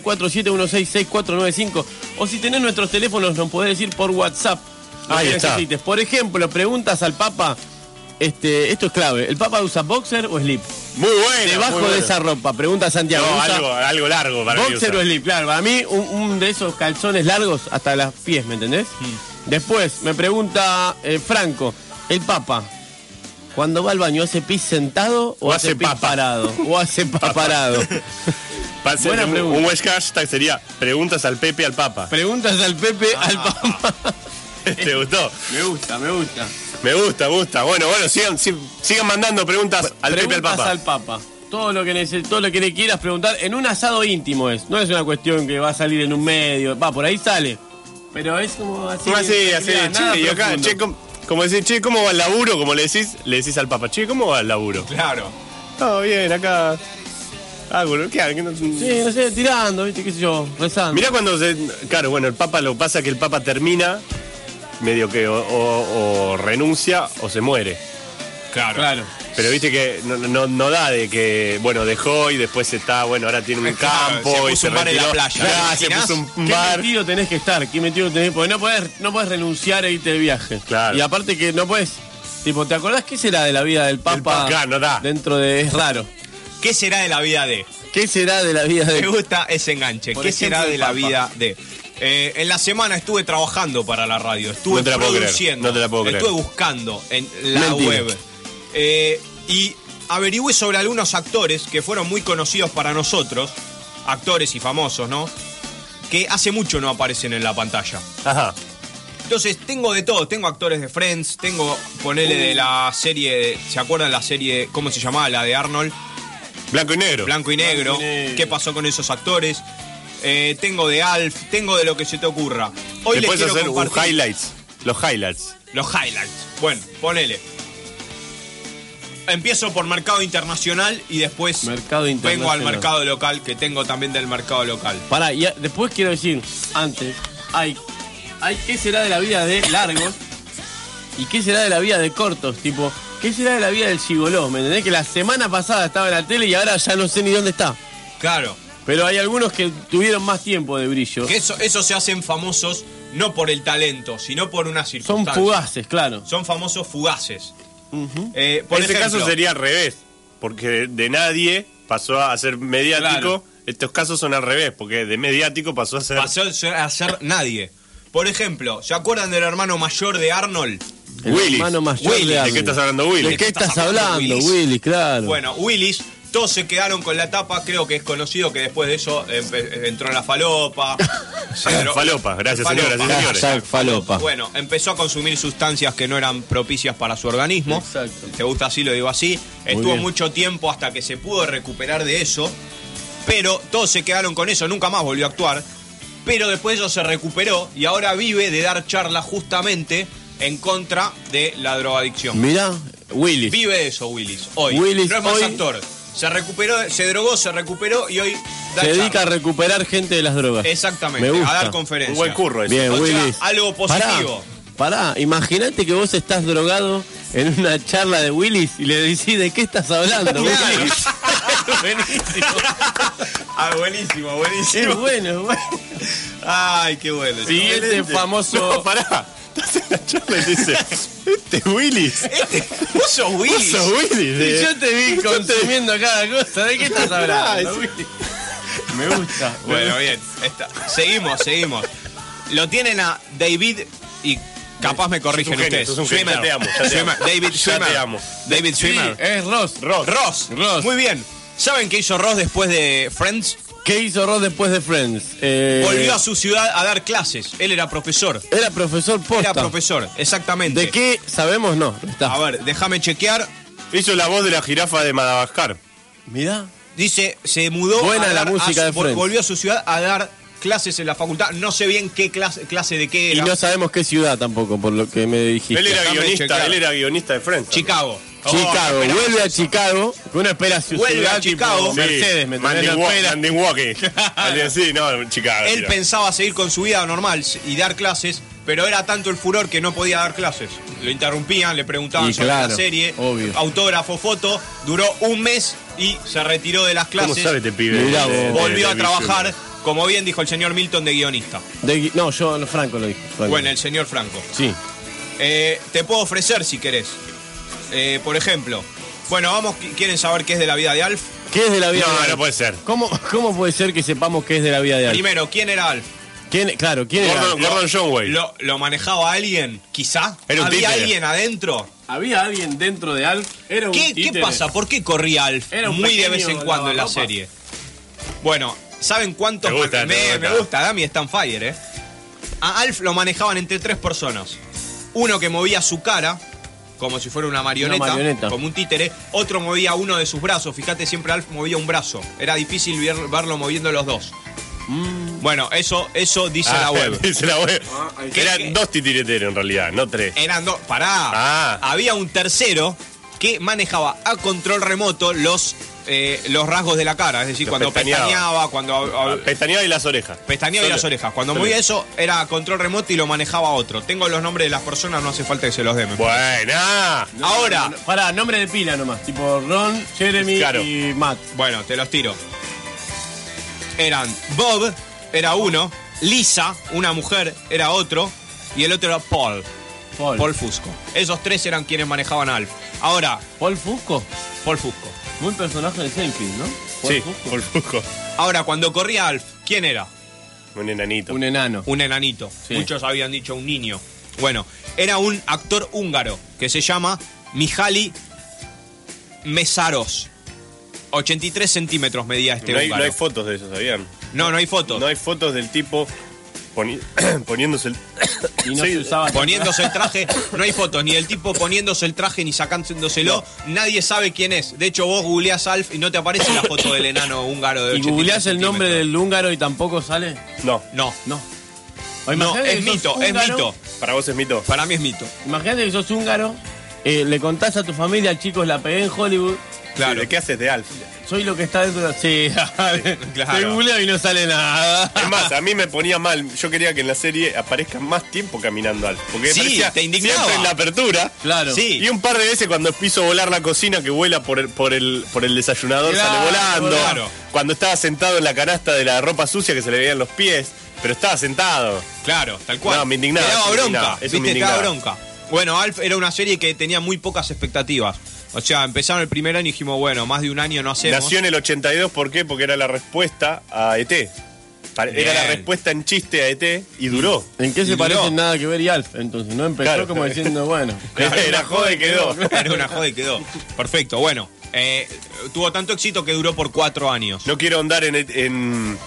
Speaker 2: 47166495 o si tenés nuestros teléfonos nos podés decir por WhatsApp. lo
Speaker 3: Ahí
Speaker 2: que
Speaker 3: está.
Speaker 2: necesites. Por ejemplo, preguntas al Papa, este, esto es clave, ¿el Papa usa boxer o slip?
Speaker 3: Muy bueno.
Speaker 2: Debajo
Speaker 3: muy bueno.
Speaker 2: de esa ropa, pregunta Santiago.
Speaker 3: No,
Speaker 2: ¿usa
Speaker 3: algo, algo largo para mí
Speaker 2: Boxer o
Speaker 3: usar.
Speaker 2: slip, claro. Para mí, un, un de esos calzones largos hasta las pies, ¿me entendés? Después, me pregunta eh, Franco, el Papa, cuando va al baño, ¿hace pis sentado o,
Speaker 3: O
Speaker 2: hace,
Speaker 3: hace
Speaker 2: pis
Speaker 3: papa.
Speaker 2: parado? O hace pa parado.
Speaker 3: Pase
Speaker 2: Buena
Speaker 3: un,
Speaker 2: pregunta.
Speaker 3: un West hashtag sería preguntas al Pepe al Papa.
Speaker 2: Preguntas al Pepe, al Papa.
Speaker 3: ¿Te gustó?
Speaker 2: me gusta, me gusta.
Speaker 3: Me gusta, me gusta. Bueno, bueno, sigan, sig- sigan mandando preguntas al Pepe al
Speaker 2: preguntas
Speaker 3: Papa.
Speaker 2: al Papa. Todo lo, que neces- todo lo que le quieras preguntar en un asado íntimo es. No es una cuestión que va a salir en un medio. Va, por ahí sale. Pero es como así.
Speaker 3: No, Ah, así, así,
Speaker 2: tranquilidad, nada
Speaker 3: che, y acá,
Speaker 2: profundo.
Speaker 3: che, com- como decís, che, ¿cómo va el laburo? Como le decís, le decís al Papa, che, ¿cómo va el laburo?
Speaker 4: Claro.
Speaker 3: Todo bien, acá. Ah, bueno, ¿qué? ¿Qué no-
Speaker 2: Sí, no sé, tirando, viste, qué sé yo, rezando.
Speaker 3: Mirá cuando se. Claro, bueno, el Papa lo pasa que el Papa termina, medio que o, o- o renuncia o se muere.
Speaker 4: Claro.
Speaker 2: claro.
Speaker 3: Pero viste que no, no, no da de que, bueno, dejó y después está, bueno, ahora tiene un
Speaker 4: Claro,
Speaker 3: campo
Speaker 4: se puso
Speaker 3: y se
Speaker 4: un bar en la
Speaker 3: retiró.
Speaker 4: playa.
Speaker 3: Claro,
Speaker 4: ¿Te
Speaker 3: se
Speaker 4: imaginás?
Speaker 3: puso un
Speaker 2: ¿Qué
Speaker 3: bar.
Speaker 2: metido tenés que estar? ¿Qué metido tenés? Porque no podés, no podés renunciar e irte de viaje.
Speaker 3: Claro.
Speaker 2: Y aparte que no podés. Tipo, ¿te acordás qué será de la vida del Papa?
Speaker 3: Papa, claro, no da.
Speaker 2: Dentro de. Es raro.
Speaker 4: ¿Qué será de la vida de?
Speaker 2: ¿Qué será de la vida
Speaker 4: Me
Speaker 2: del
Speaker 4: gusta ese enganche.
Speaker 2: Por
Speaker 4: ¿Qué
Speaker 2: ejemplo,
Speaker 4: será de
Speaker 2: el
Speaker 4: la
Speaker 2: Papa.
Speaker 4: vida de? Eh, en la semana estuve trabajando para la radio, estuve
Speaker 3: No te la puedo creer,
Speaker 4: produciendo,
Speaker 3: no te la puedo creer.
Speaker 4: estuve buscando en la
Speaker 2: Mentira.
Speaker 4: web Eh, y averigüé sobre algunos actores que fueron muy conocidos para nosotros, actores y famosos, ¿no? Que hace mucho no aparecen en la pantalla.
Speaker 3: Ajá.
Speaker 4: Entonces tengo de todo, tengo actores de Friends, tengo ponele de la serie, ¿se acuerdan la serie cómo se llamaba la de Arnold?
Speaker 3: Blanco y negro.
Speaker 4: Blanco y negro.
Speaker 2: Blanco y negro.
Speaker 4: ¿Qué pasó con esos actores? Eh, tengo de Alf, tengo de lo que se te ocurra. Hoy les
Speaker 3: Después
Speaker 4: quiero
Speaker 3: hacer un
Speaker 4: compartir
Speaker 3: highlights. Los highlights.
Speaker 4: los highlights. Bueno, ponele. Empiezo por mercado internacional y después
Speaker 2: Mercado
Speaker 4: vengo al
Speaker 2: internacional.
Speaker 4: mercado local, que tengo también del mercado local.
Speaker 2: Pará, y a- después quiero decir, antes, hay, hay qué será de la vida de largos y qué será de la vida de cortos, tipo, qué será de la vida del gigoló, ¿me entendés? Que la semana pasada estaba en la tele y ahora ya no sé ni dónde está.
Speaker 4: Claro.
Speaker 2: Pero hay algunos que tuvieron más tiempo de brillo.
Speaker 4: Que eso, eso se hacen famosos no por el talento, sino por una
Speaker 2: Son
Speaker 4: circunstancia.
Speaker 2: fugaces, claro.
Speaker 4: Son famosos fugaces. Eh, por
Speaker 3: en ese
Speaker 4: ejemplo,
Speaker 3: caso sería al revés. Porque de nadie pasó a ser mediático. Estos casos son al revés. Porque de mediático pasó a ser.
Speaker 4: pasó a ser nadie. Por ejemplo, ¿se acuerdan del hermano mayor de Arnold?
Speaker 2: El
Speaker 3: Willis.
Speaker 2: hermano mayor
Speaker 3: Willis.
Speaker 2: de
Speaker 3: ¿De
Speaker 2: Arnold.
Speaker 3: qué estás hablando, Willis?
Speaker 2: ¿De qué estás hablando, Willis? claro.
Speaker 4: Bueno, Willis, todos se quedaron con la tapa, creo que es conocido que después de eso empe- entró en la falopa. se dro-
Speaker 3: Falopa, gracias, señoras y
Speaker 4: Falopa.
Speaker 3: señores.
Speaker 2: Hashtag falopa.
Speaker 4: Bueno, empezó a consumir sustancias que no eran propicias para su organismo.
Speaker 2: Exacto.
Speaker 4: Te gusta así, lo digo así. Estuvo
Speaker 2: bien.
Speaker 4: mucho tiempo hasta que se pudo recuperar de eso. Pero todos se quedaron con eso, nunca más volvió a actuar. Pero después eso se recuperó y ahora vive de dar charlas justamente en contra de la drogadicción.
Speaker 2: Mirá, Willis.
Speaker 4: Vive eso, Willis. Hoy.
Speaker 2: Willis
Speaker 4: no es más
Speaker 2: hoy-
Speaker 4: actor. Se recuperó, se drogó, se recuperó y hoy da
Speaker 2: Se dedica a
Speaker 4: charlas.
Speaker 2: recuperar gente de las drogas.
Speaker 4: Exactamente,
Speaker 2: Me
Speaker 4: a
Speaker 2: gusta.
Speaker 4: dar conferencias.
Speaker 3: Un buen curro ese.
Speaker 2: Bien,
Speaker 4: O sea,
Speaker 2: Willis.
Speaker 4: algo positivo.
Speaker 2: Pará, pará. imagínate que vos estás drogado en una charla de Willis y le decís de qué estás hablando. Willis?".
Speaker 4: Claro. buenísimo. Ah, buenísimo,
Speaker 2: Qué
Speaker 4: buenísimo.
Speaker 2: bueno, es bueno.
Speaker 4: Ay, qué bueno.
Speaker 2: Siguiente famoso.
Speaker 3: No, pará. Estás en la charla y dice, este Willis.
Speaker 4: Este, vos sos
Speaker 3: Vos
Speaker 4: Willis.
Speaker 3: sos Willis.
Speaker 2: Y
Speaker 3: eh.
Speaker 2: yo te vi consumiendo cada cosa. ¿De qué estás hablando? Willis? Me gusta.
Speaker 4: Bueno, bien. está. Seguimos, seguimos. Lo tienen a David y capaz me corrigen
Speaker 3: Sos un genio,
Speaker 4: ustedes.
Speaker 3: sos un genio.
Speaker 4: Swimmer.
Speaker 3: Ya te amo, ya te
Speaker 4: Swimmer.
Speaker 3: amo.
Speaker 4: David
Speaker 3: Ya
Speaker 4: Swimmer.
Speaker 3: te amo.
Speaker 4: David Swimmer.
Speaker 2: es Ross.
Speaker 3: Ross.
Speaker 4: Ross.
Speaker 2: Ross.
Speaker 4: Muy bien. ¿Saben qué hizo Ross después de Friends?
Speaker 2: ¿Qué hizo Ross después de Friends? Eh,
Speaker 4: Volvió a su ciudad a dar clases. Él era profesor.
Speaker 2: Era profesor posta.
Speaker 4: Era profesor, exactamente.
Speaker 2: ¿De qué sabemos? No. no Está.
Speaker 4: A ver, déjame chequear.
Speaker 3: Hizo la voz de la jirafa de Madagascar.
Speaker 2: Mirá.
Speaker 4: Dice, se mudó.
Speaker 2: Buena
Speaker 4: a
Speaker 2: la
Speaker 4: dar-
Speaker 2: música
Speaker 4: a-
Speaker 2: de Friends.
Speaker 4: Volvió a su ciudad a dar clases en la facultad. No sé bien qué clase, clase de qué
Speaker 2: Y
Speaker 4: era.
Speaker 2: no sabemos qué ciudad tampoco, por lo que me dijiste.
Speaker 3: Él era
Speaker 4: Déjame
Speaker 3: guionista,
Speaker 4: checar.
Speaker 3: él era guionista de Friends.
Speaker 4: Chicago.
Speaker 2: Chicago, vuelve a Chicago. Uno espera su
Speaker 4: Oh, Vuelve
Speaker 2: ciudad,
Speaker 4: a Chicago.
Speaker 2: tipo
Speaker 3: Sí,
Speaker 2: Mercedes, me
Speaker 3: Mandy
Speaker 2: entendés? No
Speaker 3: Wa-
Speaker 2: espera.
Speaker 3: Mandy Walkie. Alguien así, no, Chicago.
Speaker 4: Oh. Él
Speaker 3: mira.
Speaker 4: pensaba seguir con su vida normal y dar clases, pero era tanto el furor que no podía dar clases. Lo interrumpían, le preguntaban
Speaker 2: Y
Speaker 4: sobre
Speaker 2: claro,
Speaker 4: la serie,
Speaker 2: obvio.
Speaker 4: autógrafo, foto. Duró un mes y se retiró de las
Speaker 3: ¿Cómo
Speaker 4: clases.
Speaker 3: sabe este pibe?
Speaker 2: Mirá vos.
Speaker 4: volvió a
Speaker 3: Big
Speaker 4: trabajar,
Speaker 3: Sugar?
Speaker 4: como bien dijo el señor Milton, de guionista.
Speaker 2: De Gui- no, yo no, Franco lo dije. Franco.
Speaker 4: Bueno, el señor Franco.
Speaker 2: Sí.
Speaker 4: Eh, te puedo ofrecer si querés. Eh, por ejemplo, bueno, vamos, qui- ¿quieren saber qué es de la vida de Alf?
Speaker 2: ¿Qué es de la vida de
Speaker 3: No,
Speaker 2: Alf?
Speaker 3: no puede ser.
Speaker 2: ¿Cómo, ¿Cómo puede ser que sepamos qué es de la vida de Alf?
Speaker 4: Primero, ¿quién era Alf?
Speaker 2: ¿Quién, claro, ¿quién era?
Speaker 3: Gordon- Gordon John Way.
Speaker 4: ¿Lo, lo manejaba alguien? Quizá.
Speaker 3: Era un
Speaker 4: ¿Había
Speaker 3: títere.
Speaker 4: alguien adentro?
Speaker 2: ¿Había alguien dentro de Alf? Era
Speaker 4: ¿Qué, qué pasa? ¿Por qué corría Alf
Speaker 2: Era un
Speaker 4: muy de
Speaker 2: pequeño
Speaker 4: vez en cuando en la
Speaker 2: lavarropa.
Speaker 4: serie? Bueno, ¿saben cuántos?
Speaker 3: Me gusta,
Speaker 4: me,
Speaker 3: te gusta.
Speaker 4: me gusta, Dami está en fire, ¿eh? A Alf lo manejaban entre tres personas. Uno que movía su cara, como si fuera una marioneta,
Speaker 2: marioneta.
Speaker 4: como un títere. Otro movía uno de sus brazos. Fíjate, siempre Alf movía un brazo. Era difícil ver- verlo moviendo los dos. Bueno, eso, eso dice
Speaker 3: Ah,
Speaker 4: la web.
Speaker 3: Dice la web.
Speaker 4: ¿Qué-
Speaker 3: Eran
Speaker 4: qué? Eh,
Speaker 3: dos titireteros en realidad, no tres.
Speaker 4: Eran dos. Pará.
Speaker 3: Ah.
Speaker 4: Había un tercero que manejaba a control remoto los, eh, los rasgos de la cara. Es decir,
Speaker 3: Los
Speaker 4: cuando
Speaker 3: pestañeaba.
Speaker 4: pestañeaba, cuando ah,
Speaker 3: Pestañeaba y las orejas.
Speaker 4: pestañeaba y
Speaker 3: Solo.
Speaker 4: las orejas. Cuando
Speaker 3: Solo.
Speaker 4: movía eso, era a control remoto y lo manejaba otro. Tengo los nombres de las personas, no hace falta que se los deme.
Speaker 3: Buena.
Speaker 4: Ahora,
Speaker 2: Pará, nombre de pila nomás. Tipo Ron, Jeremy
Speaker 3: Claro.
Speaker 2: y Matt.
Speaker 4: bueno, te los tiro. Eran Bob, era uno. Lisa, una mujer, era otro. Y el otro era Paul,
Speaker 2: Paul.
Speaker 4: Paul
Speaker 2: Paul,
Speaker 4: Fusco. Esos tres eran quienes manejaban a Alf. Ahora,
Speaker 2: Fusco.
Speaker 4: Paul Fusco.
Speaker 2: Muy personaje de Seinfeld, ¿no? Paul
Speaker 3: Sí,
Speaker 2: Fusco.
Speaker 3: Paul Fusco.
Speaker 4: Ahora, cuando corría Alf, ¿quién era?
Speaker 3: Un enanito.
Speaker 2: Un enano.
Speaker 4: Un enanito.
Speaker 2: Sí.
Speaker 4: Muchos habían dicho un niño. Bueno, era un actor húngaro que se llama Mihaly Mesaros. 83 centímetros medía este
Speaker 3: no, hay,
Speaker 4: húngaro.
Speaker 3: no hay fotos de eso, ¿sabían?
Speaker 4: no, no hay fotos.
Speaker 3: No hay fotos del tipo poni- poniéndose el.
Speaker 2: Y no
Speaker 3: Sí,
Speaker 2: se usaba
Speaker 4: Poniéndose el traje, no hay fotos, ni del tipo poniéndose el traje ni sacándoselo. Nadie sabe quién es. De hecho, vos googleás Alf y no te aparece la foto del enano húngaro de
Speaker 2: Y
Speaker 4: 83
Speaker 2: googleás el nombre
Speaker 4: centímetros.
Speaker 2: del húngaro y tampoco sale.
Speaker 3: No,
Speaker 4: No,
Speaker 2: No.
Speaker 4: no,
Speaker 2: imagínate
Speaker 4: es
Speaker 2: que sos
Speaker 4: mito, es
Speaker 2: húngaro,
Speaker 4: mito.
Speaker 3: para vos es mito.
Speaker 4: Para mí es mito.
Speaker 2: Imagínate que sos húngaro, eh, le contás a tu familia, chicos, la pegué en Hollywood,
Speaker 4: Claro.
Speaker 3: Sí, ¿De qué haces de Alf?
Speaker 2: soy lo que está dentro de... Sí,
Speaker 4: claro.
Speaker 2: te googleo y no sale nada.
Speaker 3: Es más, a mí me ponía mal. Yo quería que en la serie aparezca más tiempo caminando Alf. Porque
Speaker 4: Sí,
Speaker 3: aparecía
Speaker 4: te indignaba.
Speaker 3: siempre en la apertura.
Speaker 2: Claro.
Speaker 4: Sí.
Speaker 3: Y un par de veces cuando piso volar la cocina que vuela por el, por el, por el desayunador
Speaker 2: Claro,
Speaker 3: sale volando.
Speaker 4: claro.
Speaker 3: Cuando estaba sentado en la canasta de la ropa sucia que se le veían los pies. Pero estaba sentado.
Speaker 4: Claro, tal cual.
Speaker 3: No, me indignaba,
Speaker 4: Te daba
Speaker 3: eso me
Speaker 4: bronca.
Speaker 3: indignaba, eso me
Speaker 4: Viste, te daba
Speaker 3: indignaba.
Speaker 4: bronca. Bueno, Alf era una serie que tenía muy pocas expectativas. O sea, empezaron el primer año y dijimos, bueno, más de un año no hacemos.
Speaker 3: Nació en el 82, ¿por qué? Porque era la respuesta a ET. Pa- Era
Speaker 4: Bien. Mm.
Speaker 3: la respuesta en chiste a ET y duró.
Speaker 2: ¿En qué se
Speaker 4: Y
Speaker 2: parece
Speaker 4: duró.
Speaker 2: nada que ver y Alf? Entonces, no empezó
Speaker 3: Claro.
Speaker 2: como diciendo, bueno...
Speaker 3: Era, joda y quedó.
Speaker 4: Era una joda y quedó. Perfecto, bueno. eh, tuvo tanto éxito que duró por cuatro años.
Speaker 3: No quiero andar en, en,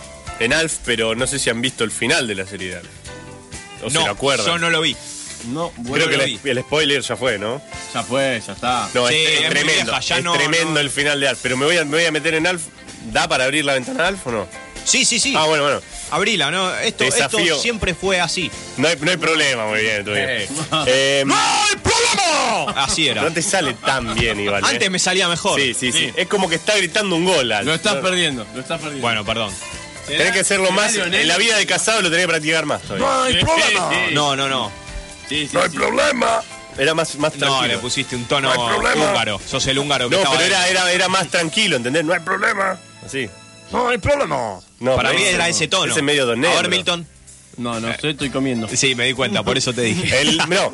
Speaker 3: en Alf, pero no sé si han visto el final de la serie de Alf. O se lo acuerdan.
Speaker 4: yo no lo vi.
Speaker 2: No, bueno,
Speaker 3: Creo que
Speaker 4: lo
Speaker 3: el, el spoiler ya fue, ¿no?
Speaker 2: ya fue, ya está.
Speaker 3: No,
Speaker 4: Sí,
Speaker 3: es, es
Speaker 4: es muy
Speaker 3: tremendo.
Speaker 4: vieja, ya
Speaker 3: es
Speaker 4: no-
Speaker 3: tremendo
Speaker 4: no-
Speaker 3: el final de Alf. Pero me voy, a, me voy a meter en Alf. ¿Da para abrir la ventana de Alf o no?
Speaker 4: Sí, sí, sí.
Speaker 3: Ah, bueno, bueno.
Speaker 4: Abrila, ¿no? Esto, esto
Speaker 3: Desafío.
Speaker 4: siempre fue así.
Speaker 3: No hay, no hay problema, muy bien, tú bien.
Speaker 4: Eh.
Speaker 3: Eh,
Speaker 4: ¡No hay problema!
Speaker 3: ¡Vamos!
Speaker 4: Así era.
Speaker 3: No te sale tan bien, Iván. ¿eh?
Speaker 4: Antes me salía mejor.
Speaker 3: Sí, sí, sí,
Speaker 2: Sí.
Speaker 3: Es como que está gritando un gol. Al-
Speaker 2: Lo estás
Speaker 3: no-
Speaker 2: perdiendo, lo estás perdiendo.
Speaker 4: Bueno, perdón.
Speaker 3: Tenés que hacerlo más. En la vida de casado lo tenés que practicar más todavía.
Speaker 2: hay problema.
Speaker 4: No, no, no.
Speaker 2: no hay problema.
Speaker 3: Era más, más
Speaker 4: No, le
Speaker 3: tranquilo.
Speaker 4: pusiste un tono húngaro. Sos el húngaro que
Speaker 3: No,
Speaker 4: estaba
Speaker 3: pero era,
Speaker 4: ahí.
Speaker 3: era, era más tranquilo, ¿entendés? No hay problema. Así. No hay problema.
Speaker 4: Para mí era ese tono.
Speaker 3: Ese medio donero.
Speaker 4: A ver, Milton.
Speaker 2: No, no, yo estoy comiendo.
Speaker 4: Sí, me di cuenta, por eso te dije.
Speaker 3: El, no.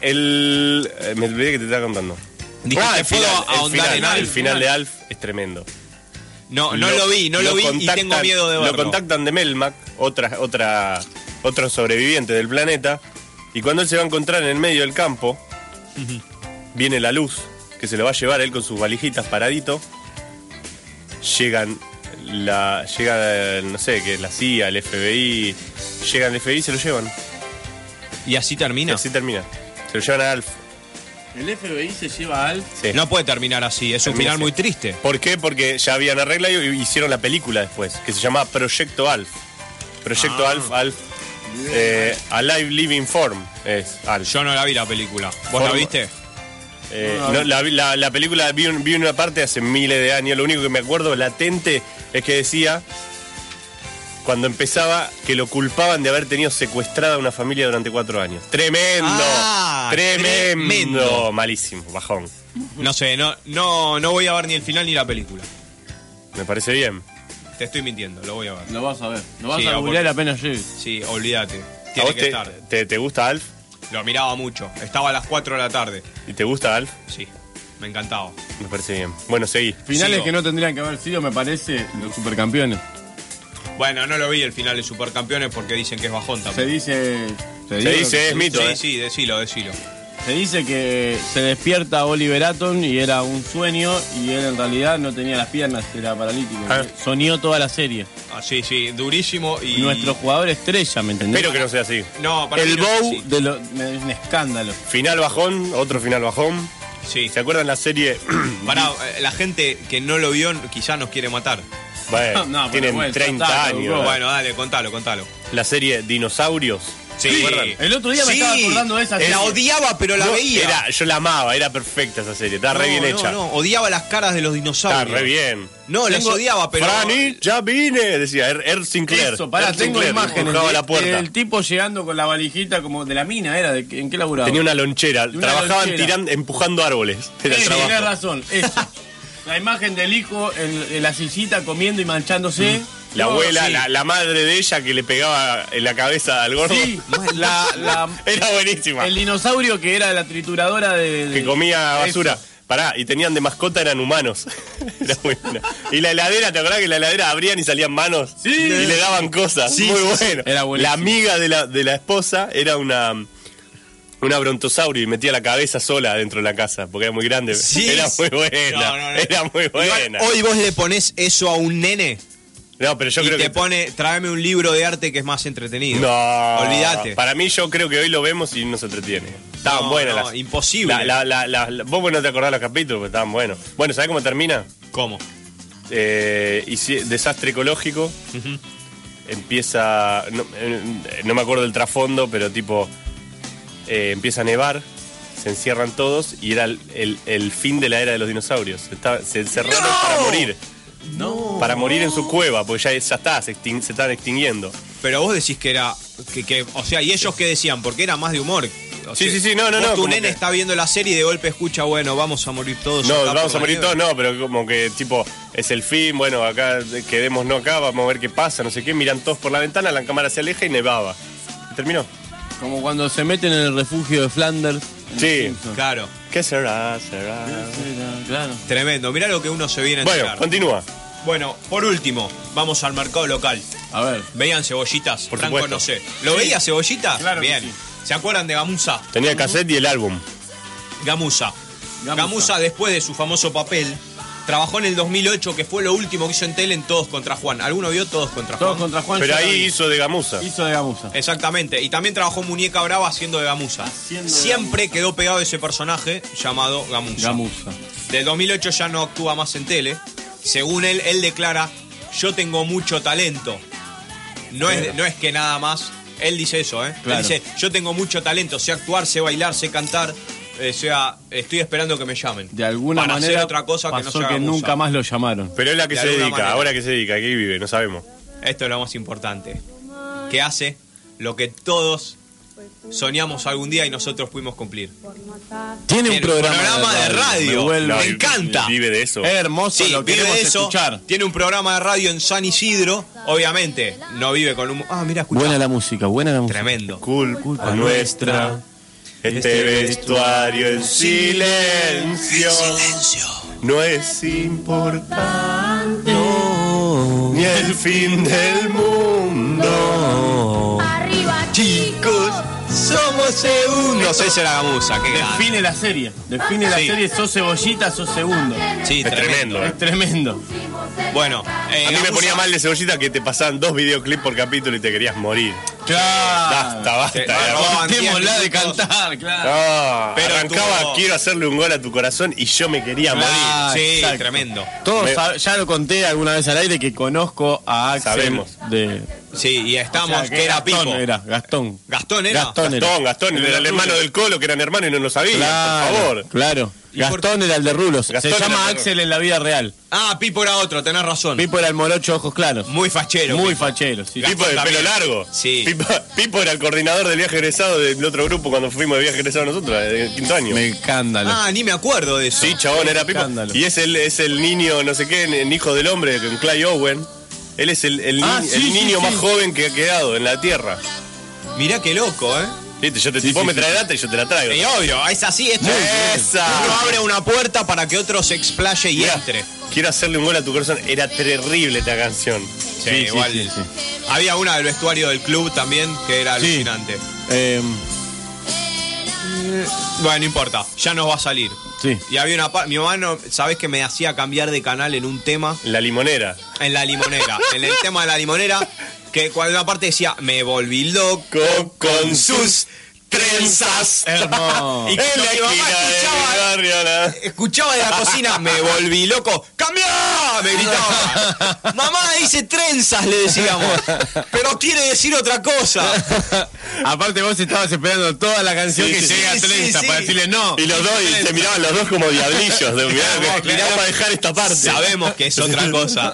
Speaker 3: El. eh, Me olvidé que te estaba contando. Ah,
Speaker 4: Dijiste,
Speaker 3: el
Speaker 4: ¿puedo
Speaker 3: final, el
Speaker 4: ahondar
Speaker 3: final,
Speaker 4: en algo?
Speaker 3: El final de Alf es tremendo.
Speaker 4: No, no lo vi, no lo, vi y
Speaker 3: contactan-
Speaker 4: tengo miedo de verlo.
Speaker 3: Lo contactan de Melmac, otra, otra, otro sobreviviente del planeta, y cuando él se va a encontrar en el medio del campo, viene la luz, que se lo va a llevar él con sus valijitas paradito. Llegan la. llega, eh, no sé, que es la CIA, el FBI. Llegan el FBI y se lo llevan.
Speaker 4: Y así
Speaker 3: Y
Speaker 4: termina.
Speaker 3: así termina. Se lo llevan a Alf.
Speaker 2: El FBI se lleva al.
Speaker 3: Sí.
Speaker 4: No puede terminar así, es un
Speaker 3: Termina
Speaker 4: final
Speaker 3: así.
Speaker 4: muy triste.
Speaker 3: ¿Por qué? Porque ya habían arreglado y hicieron la película después, que se llamaba Proyecto Alf.
Speaker 4: Ah.
Speaker 3: Proyecto Alf, Alf. eh, Alive Living Form es Alf.
Speaker 4: Yo no la vi la película. ¿Vos la
Speaker 3: Forma-
Speaker 4: viste?
Speaker 3: Eh, no, la, vi- la- la película vi, un- vi una parte hace miles de años. Lo único que me acuerdo latente es que decía, cuando empezaba, que lo culpaban de haber tenido secuestrada a una familia durante cuatro años. Tremendo.
Speaker 4: Ah,
Speaker 3: tremendo.
Speaker 4: tremendo.
Speaker 3: Malísimo, bajón.
Speaker 4: No sé, no, no, no voy a ver ni el final ni la película.
Speaker 3: Me parece bien.
Speaker 4: Te estoy mintiendo, lo voy a ver.
Speaker 2: Lo vas a ver. Lo vas
Speaker 4: Sí,
Speaker 2: a
Speaker 4: a
Speaker 2: googlear
Speaker 4: por-
Speaker 2: apenas llegues.
Speaker 4: Sí, olvídate.
Speaker 3: ¿A
Speaker 4: Tiene
Speaker 3: vos
Speaker 4: que
Speaker 3: te-
Speaker 4: estar.
Speaker 3: te- te gusta Alf?
Speaker 4: Lo miraba mucho. Estaba a las 4 de la tarde.
Speaker 3: ¿Y te gusta Alf?
Speaker 4: Sí, me encantaba.
Speaker 3: Me parece bien. Bueno, seguí.
Speaker 2: Finales
Speaker 4: Sigo.
Speaker 2: que no tendrían que haber sido, me parece, los supercampeones.
Speaker 4: Bueno, no lo vi el final de Supercampeones porque dicen que es bajón
Speaker 2: Se
Speaker 4: también.
Speaker 2: dice. Se,
Speaker 3: Se
Speaker 2: digo-
Speaker 3: dice, es mito,
Speaker 4: sí,
Speaker 3: ¿eh?
Speaker 4: sí, decilo, decilo.
Speaker 2: se dice que se despierta Oliver Atom y era un sueño y él en realidad no tenía las piernas, era paralítico.
Speaker 3: Ah.
Speaker 2: Soñó toda la serie.
Speaker 4: Ah, sí, sí, durísimo y...
Speaker 2: Nuestro jugador estrella, ¿me entendés? Uh,
Speaker 3: Espero que no sea así.
Speaker 4: No, para
Speaker 3: El
Speaker 4: mí no es
Speaker 3: Bow-
Speaker 4: así.
Speaker 2: De lo- me- un escándalo.
Speaker 3: Final bajón, otro final bajón.
Speaker 4: Sí,
Speaker 3: ¿Se acuerdan la serie?
Speaker 4: Pará, eh, la gente que no lo vio quizá nos quiere matar.
Speaker 3: bueno,
Speaker 2: No, pero
Speaker 3: tienen
Speaker 2: bueno,
Speaker 3: 30
Speaker 2: ya está,
Speaker 3: años.
Speaker 2: bro.
Speaker 3: ¿verdad?
Speaker 4: Bueno, dale, contalo, contalo.
Speaker 3: La serie Dinosaurios.
Speaker 4: Sí.
Speaker 3: ¿Se acuerdan?
Speaker 2: El otro día me estaba acordando de esa
Speaker 4: La
Speaker 2: serie.
Speaker 4: odiaba, pero la
Speaker 3: No,
Speaker 4: veía.
Speaker 3: era- yo la amaba, era perfecta esa serie. Está re
Speaker 4: No,
Speaker 3: bien
Speaker 4: no,
Speaker 3: hecha.
Speaker 4: No, odiaba las caras de los
Speaker 3: Está
Speaker 4: dinosaurios.
Speaker 3: re bien.
Speaker 4: No, las odiaba, pero.
Speaker 3: Franny, ya vine, decía Er, Er Sinclair.
Speaker 2: Eso, pará,
Speaker 3: Er
Speaker 2: tengo
Speaker 3: Sinclair,
Speaker 2: imágenes.
Speaker 3: empujaba
Speaker 2: de-
Speaker 3: la puerta.
Speaker 2: del tipo llegando con la valijita como de la mina, ¿era? ¿De qué- ¿En qué laburaba?
Speaker 3: Tenía una lonchera.
Speaker 2: Una
Speaker 3: Trabajaban
Speaker 2: lonchera.
Speaker 3: tirando, empujando árboles. Era el
Speaker 2: Sí,
Speaker 3: trabajo.
Speaker 2: tenés razón, eso. La imagen del hijo en, en la sillita comiendo y manchándose.
Speaker 3: Mm. La
Speaker 2: No,
Speaker 3: abuela,
Speaker 2: sí.
Speaker 3: la, la madre de ella que le pegaba en la cabeza al gordo.
Speaker 2: Sí, la- la-
Speaker 3: Era buenísima.
Speaker 2: el dinosaurio que era la trituradora de. de-
Speaker 3: que comía
Speaker 2: eso.
Speaker 3: basura. Pará, y tenían de mascota eran humanos. Era buena. Y la heladera, ¿te acordás que la heladera abrían y salían manos?
Speaker 2: Sí.
Speaker 3: Y le daban cosas. Muy bueno.
Speaker 2: Era buenísimo.
Speaker 3: la amiga de la, de la esposa era una. Una brontosaurio y metía la cabeza sola dentro de la casa porque era muy grande.
Speaker 4: Sí.
Speaker 3: Era muy buena.
Speaker 4: No, no, no.
Speaker 3: Era muy
Speaker 4: Igual,
Speaker 3: buena.
Speaker 4: Hoy vos le pones eso a un nene
Speaker 3: No, pero yo
Speaker 4: y
Speaker 3: creo
Speaker 4: te
Speaker 3: que.
Speaker 4: pone, tráeme un libro de arte que es más entretenido.
Speaker 3: No.
Speaker 4: Olvídate.
Speaker 3: Para mí, yo creo que hoy lo vemos y nos entretiene. Estaban
Speaker 4: No,
Speaker 3: buenas
Speaker 4: no,
Speaker 3: las.
Speaker 4: imposible.
Speaker 3: la- la- la- la- la- vos no te acordás los capítulos, pero estaban buenos. Bueno, ¿sabés cómo termina?
Speaker 4: ¿Cómo?
Speaker 3: eh, y si- desastre ecológico. Empieza. No, eh, no me acuerdo el trasfondo, pero tipo. eh, empieza a nevar, se encierran todos y era el, el- el fin de la era de los dinosaurios. Estaba- se encerraron para morir. Para morir en su cueva, porque ya, ya está, se, extin- se están extinguiendo.
Speaker 4: Pero vos decís que era. Que, que- o sea, ¿y ellos qué decían? Porque era más de humor. O
Speaker 3: Sí,
Speaker 4: sea,
Speaker 3: sí, sí, no, no,
Speaker 4: vos
Speaker 3: no,
Speaker 4: Tu
Speaker 3: como
Speaker 4: nene
Speaker 3: que-
Speaker 4: está viendo la serie y de golpe escucha, bueno, vamos a morir todos.
Speaker 3: No,
Speaker 4: acá por
Speaker 3: vamos
Speaker 4: la
Speaker 3: a morir
Speaker 4: nieve.
Speaker 3: todos, no, pero como que tipo, es el fin, bueno, acá quedémonos acá, vamos a ver qué pasa, no sé qué, miran todos por la ventana, la cámara se aleja y nevaba. Y terminó.
Speaker 2: Como cuando se meten en el refugio de Flanders. en
Speaker 3: Sí.
Speaker 2: los Simpsons.
Speaker 4: Claro,
Speaker 3: ¿Qué será? ¿Será?
Speaker 2: Claro.
Speaker 4: tremendo. Mirá lo que uno se viene a
Speaker 3: Bueno,
Speaker 4: enterar.
Speaker 3: continúa.
Speaker 4: Bueno, por último, vamos al mercado local.
Speaker 2: A ver.
Speaker 4: ¿Veían cebollitas?
Speaker 3: Por
Speaker 4: Franco,
Speaker 3: supuesto.
Speaker 4: no sé. ¿Lo veía cebollitas?
Speaker 2: Claro que
Speaker 4: Bien.
Speaker 2: sí.
Speaker 4: ¿Se acuerdan de Gamusa?
Speaker 3: Tenía el cassette y el álbum.
Speaker 4: Gamusa.
Speaker 2: Gamuza.
Speaker 4: Gamusa, después de su famoso papel, trabajó en el 2008, que fue lo último que hizo en tele en Todos contra Juan. ¿Alguno vio Todos contra
Speaker 2: Todos
Speaker 4: Juan?
Speaker 2: contra Juan.
Speaker 3: Pero
Speaker 2: yo la
Speaker 3: ahí
Speaker 2: vi.
Speaker 3: hizo de gamuza.
Speaker 2: hizo de gamuza.
Speaker 4: Exactamente, y también trabajó en Muñeca Brava haciendo de Gamusa.
Speaker 2: Haciendo de
Speaker 4: Siempre quedó pegado ese personaje llamado Gamusa.
Speaker 2: Gamuza.
Speaker 4: Del 2008 ya no actúa más en tele. Según él, él declara, yo tengo mucho talento. No es, no es que nada más. Él dice eso, ¿eh? Él
Speaker 2: Claro.
Speaker 4: dice, yo tengo mucho talento, sé actuar, sé bailar, sé cantar. Eh, O sea, estoy esperando que me llamen.
Speaker 2: De alguna
Speaker 4: Para hacer
Speaker 2: manera
Speaker 4: otra cosa que no
Speaker 2: pasó
Speaker 4: se haga
Speaker 2: que nunca
Speaker 4: musa.
Speaker 2: más lo llamaron.
Speaker 3: Pero es la que
Speaker 4: De
Speaker 3: se
Speaker 4: alguna
Speaker 3: dedica,
Speaker 4: manera.
Speaker 3: ahora que se dedica, que vive, no sabemos.
Speaker 4: Esto es lo más importante. Que hace lo que todos soñamos algún día y nosotros pudimos cumplir.
Speaker 2: Tiene
Speaker 4: Tiene un programa de radio.
Speaker 2: vuelve-
Speaker 4: Me
Speaker 3: vi-
Speaker 4: encanta. Eh,
Speaker 3: Vive de eso.
Speaker 2: Es hermoso,
Speaker 4: Sí,
Speaker 2: lo
Speaker 4: vive
Speaker 2: queremos
Speaker 4: de eso.
Speaker 2: escuchar.
Speaker 4: Tiene un programa de radio en San Isidro. Obviamente, no vive con un. Ah, mira, escucha.
Speaker 2: Buena la música, buena la música.
Speaker 4: Tremendo.
Speaker 3: Culpa nuestra. Este vestuario en silencio
Speaker 4: Silencio.
Speaker 3: no es importante. Ni el fin del mundo.
Speaker 8: Arriba,
Speaker 4: Chicos, somos segundos. Esa era la musa, qué grande.
Speaker 2: Define la serie. Define la
Speaker 4: Sí.
Speaker 2: serie, sos cebollita, sos segundo.
Speaker 4: Sí,
Speaker 3: Es tremendo.
Speaker 2: Es tremendo.
Speaker 4: Bueno, eh,
Speaker 3: A mí me
Speaker 4: Gamusa-
Speaker 3: ponía mal de cebollita que te pasaban dos videoclips por capítulo y te querías morir. Basta, basta.
Speaker 4: Te- te
Speaker 3: era-
Speaker 4: roban diez
Speaker 2: Quitémosla de
Speaker 4: minutos.
Speaker 2: cantar, claro.
Speaker 3: Ah,
Speaker 4: Pero
Speaker 3: arrancaba,
Speaker 4: tuvo-
Speaker 3: quiero hacerle un gol a tu corazón y yo me quería morir.
Speaker 2: Ah,
Speaker 4: sí,
Speaker 2: exacto.
Speaker 4: tremendo.
Speaker 2: Todos
Speaker 3: Me-
Speaker 2: sab- ya lo conté alguna vez al aire que conozco a Axel
Speaker 3: Sabemos.
Speaker 2: de
Speaker 4: Sí, y estamos,
Speaker 2: o sea,
Speaker 4: que era
Speaker 2: Gastón,
Speaker 4: Pipo.
Speaker 2: era Gastón.
Speaker 4: Gastón era.
Speaker 2: Gastón era.
Speaker 3: Gastón, Gastón, era el hermano del Colo, que eran hermanos y no lo sabían, por favor.
Speaker 2: Claro. Gastón era el de Rulos.
Speaker 3: Gastón
Speaker 2: Se
Speaker 3: era el
Speaker 2: llama
Speaker 3: de
Speaker 2: Axel en la vida real.
Speaker 4: Ah, Pipo era otro, tenés razón.
Speaker 2: Pipo era el morocho ojos claros.
Speaker 4: Muy fachero.
Speaker 2: Muy
Speaker 4: Pipo.
Speaker 2: fachero, sí.
Speaker 3: Pipo de
Speaker 4: también.
Speaker 3: pelo largo.
Speaker 4: Sí.
Speaker 3: Pipo, Pipo era el coordinador del viaje egresado del otro grupo cuando fuimos de viaje egresado nosotros, en quinto año.
Speaker 2: Me escándalo.
Speaker 4: Ah, ni me acuerdo de eso.
Speaker 3: Sí, chabón, era Pipo.
Speaker 2: Escándalo.
Speaker 3: Y es el, es el niño, no sé qué, el hijo del hombre, con Clay Owen. Él es el, el,
Speaker 2: Ah,
Speaker 3: ni-
Speaker 2: sí,
Speaker 3: el
Speaker 2: sí,
Speaker 3: niño
Speaker 2: sí.
Speaker 3: más joven que ha quedado en la Tierra.
Speaker 4: Mirá qué loco, ¿eh?
Speaker 3: ¿Viste? Yo te,
Speaker 2: Sí,
Speaker 3: vos
Speaker 2: sí,
Speaker 3: me
Speaker 2: sí.
Speaker 3: traes data y yo te la traigo.
Speaker 4: Y obvio, es así, esto es.
Speaker 3: ¡Esa!
Speaker 4: Uno abre una puerta para que otro se explaye y
Speaker 3: Mirá,
Speaker 4: entre.
Speaker 3: Quiero hacerle un gol a tu corazón. Era terrible esta canción.
Speaker 4: Sí,
Speaker 2: sí,
Speaker 4: igual.
Speaker 2: sí, sí.
Speaker 4: Había una del vestuario del club también que era
Speaker 2: Sí.
Speaker 4: alucinante.
Speaker 2: Eh,
Speaker 4: Bueno, no importa, ya nos va a salir.
Speaker 2: sí.
Speaker 4: Y había una parte, mi mamá, no, sabes que me hacía cambiar de canal en un tema,
Speaker 3: La limonera.
Speaker 4: en la limonera, en el tema de la limonera, que cuando una parte decía, me volví loco
Speaker 3: Co-
Speaker 4: con sus trenzas.
Speaker 2: Hermoso.
Speaker 4: Y
Speaker 3: En la
Speaker 4: cuando mi mamá
Speaker 3: esquina de mi
Speaker 4: escuchaba,
Speaker 3: barrio, la-
Speaker 4: escuchaba de la cocina, me volví loco, ¡cambiá! Me gritaba. Mamá dice trenzas, le decíamos, pero quiere decir otra cosa.
Speaker 2: Aparte vos estabas esperando toda la canción
Speaker 3: Sí,
Speaker 2: que
Speaker 3: sí,
Speaker 2: llega
Speaker 4: sí,
Speaker 2: a 30
Speaker 4: sí,
Speaker 2: para
Speaker 4: sí.
Speaker 2: decirle no.
Speaker 3: Y los dos, y se miraban los dos como diablillos. De, mirá,
Speaker 4: Claro,
Speaker 3: que-
Speaker 4: claro.
Speaker 3: vamos a dejar esta parte.
Speaker 4: Sabemos que es otra cosa.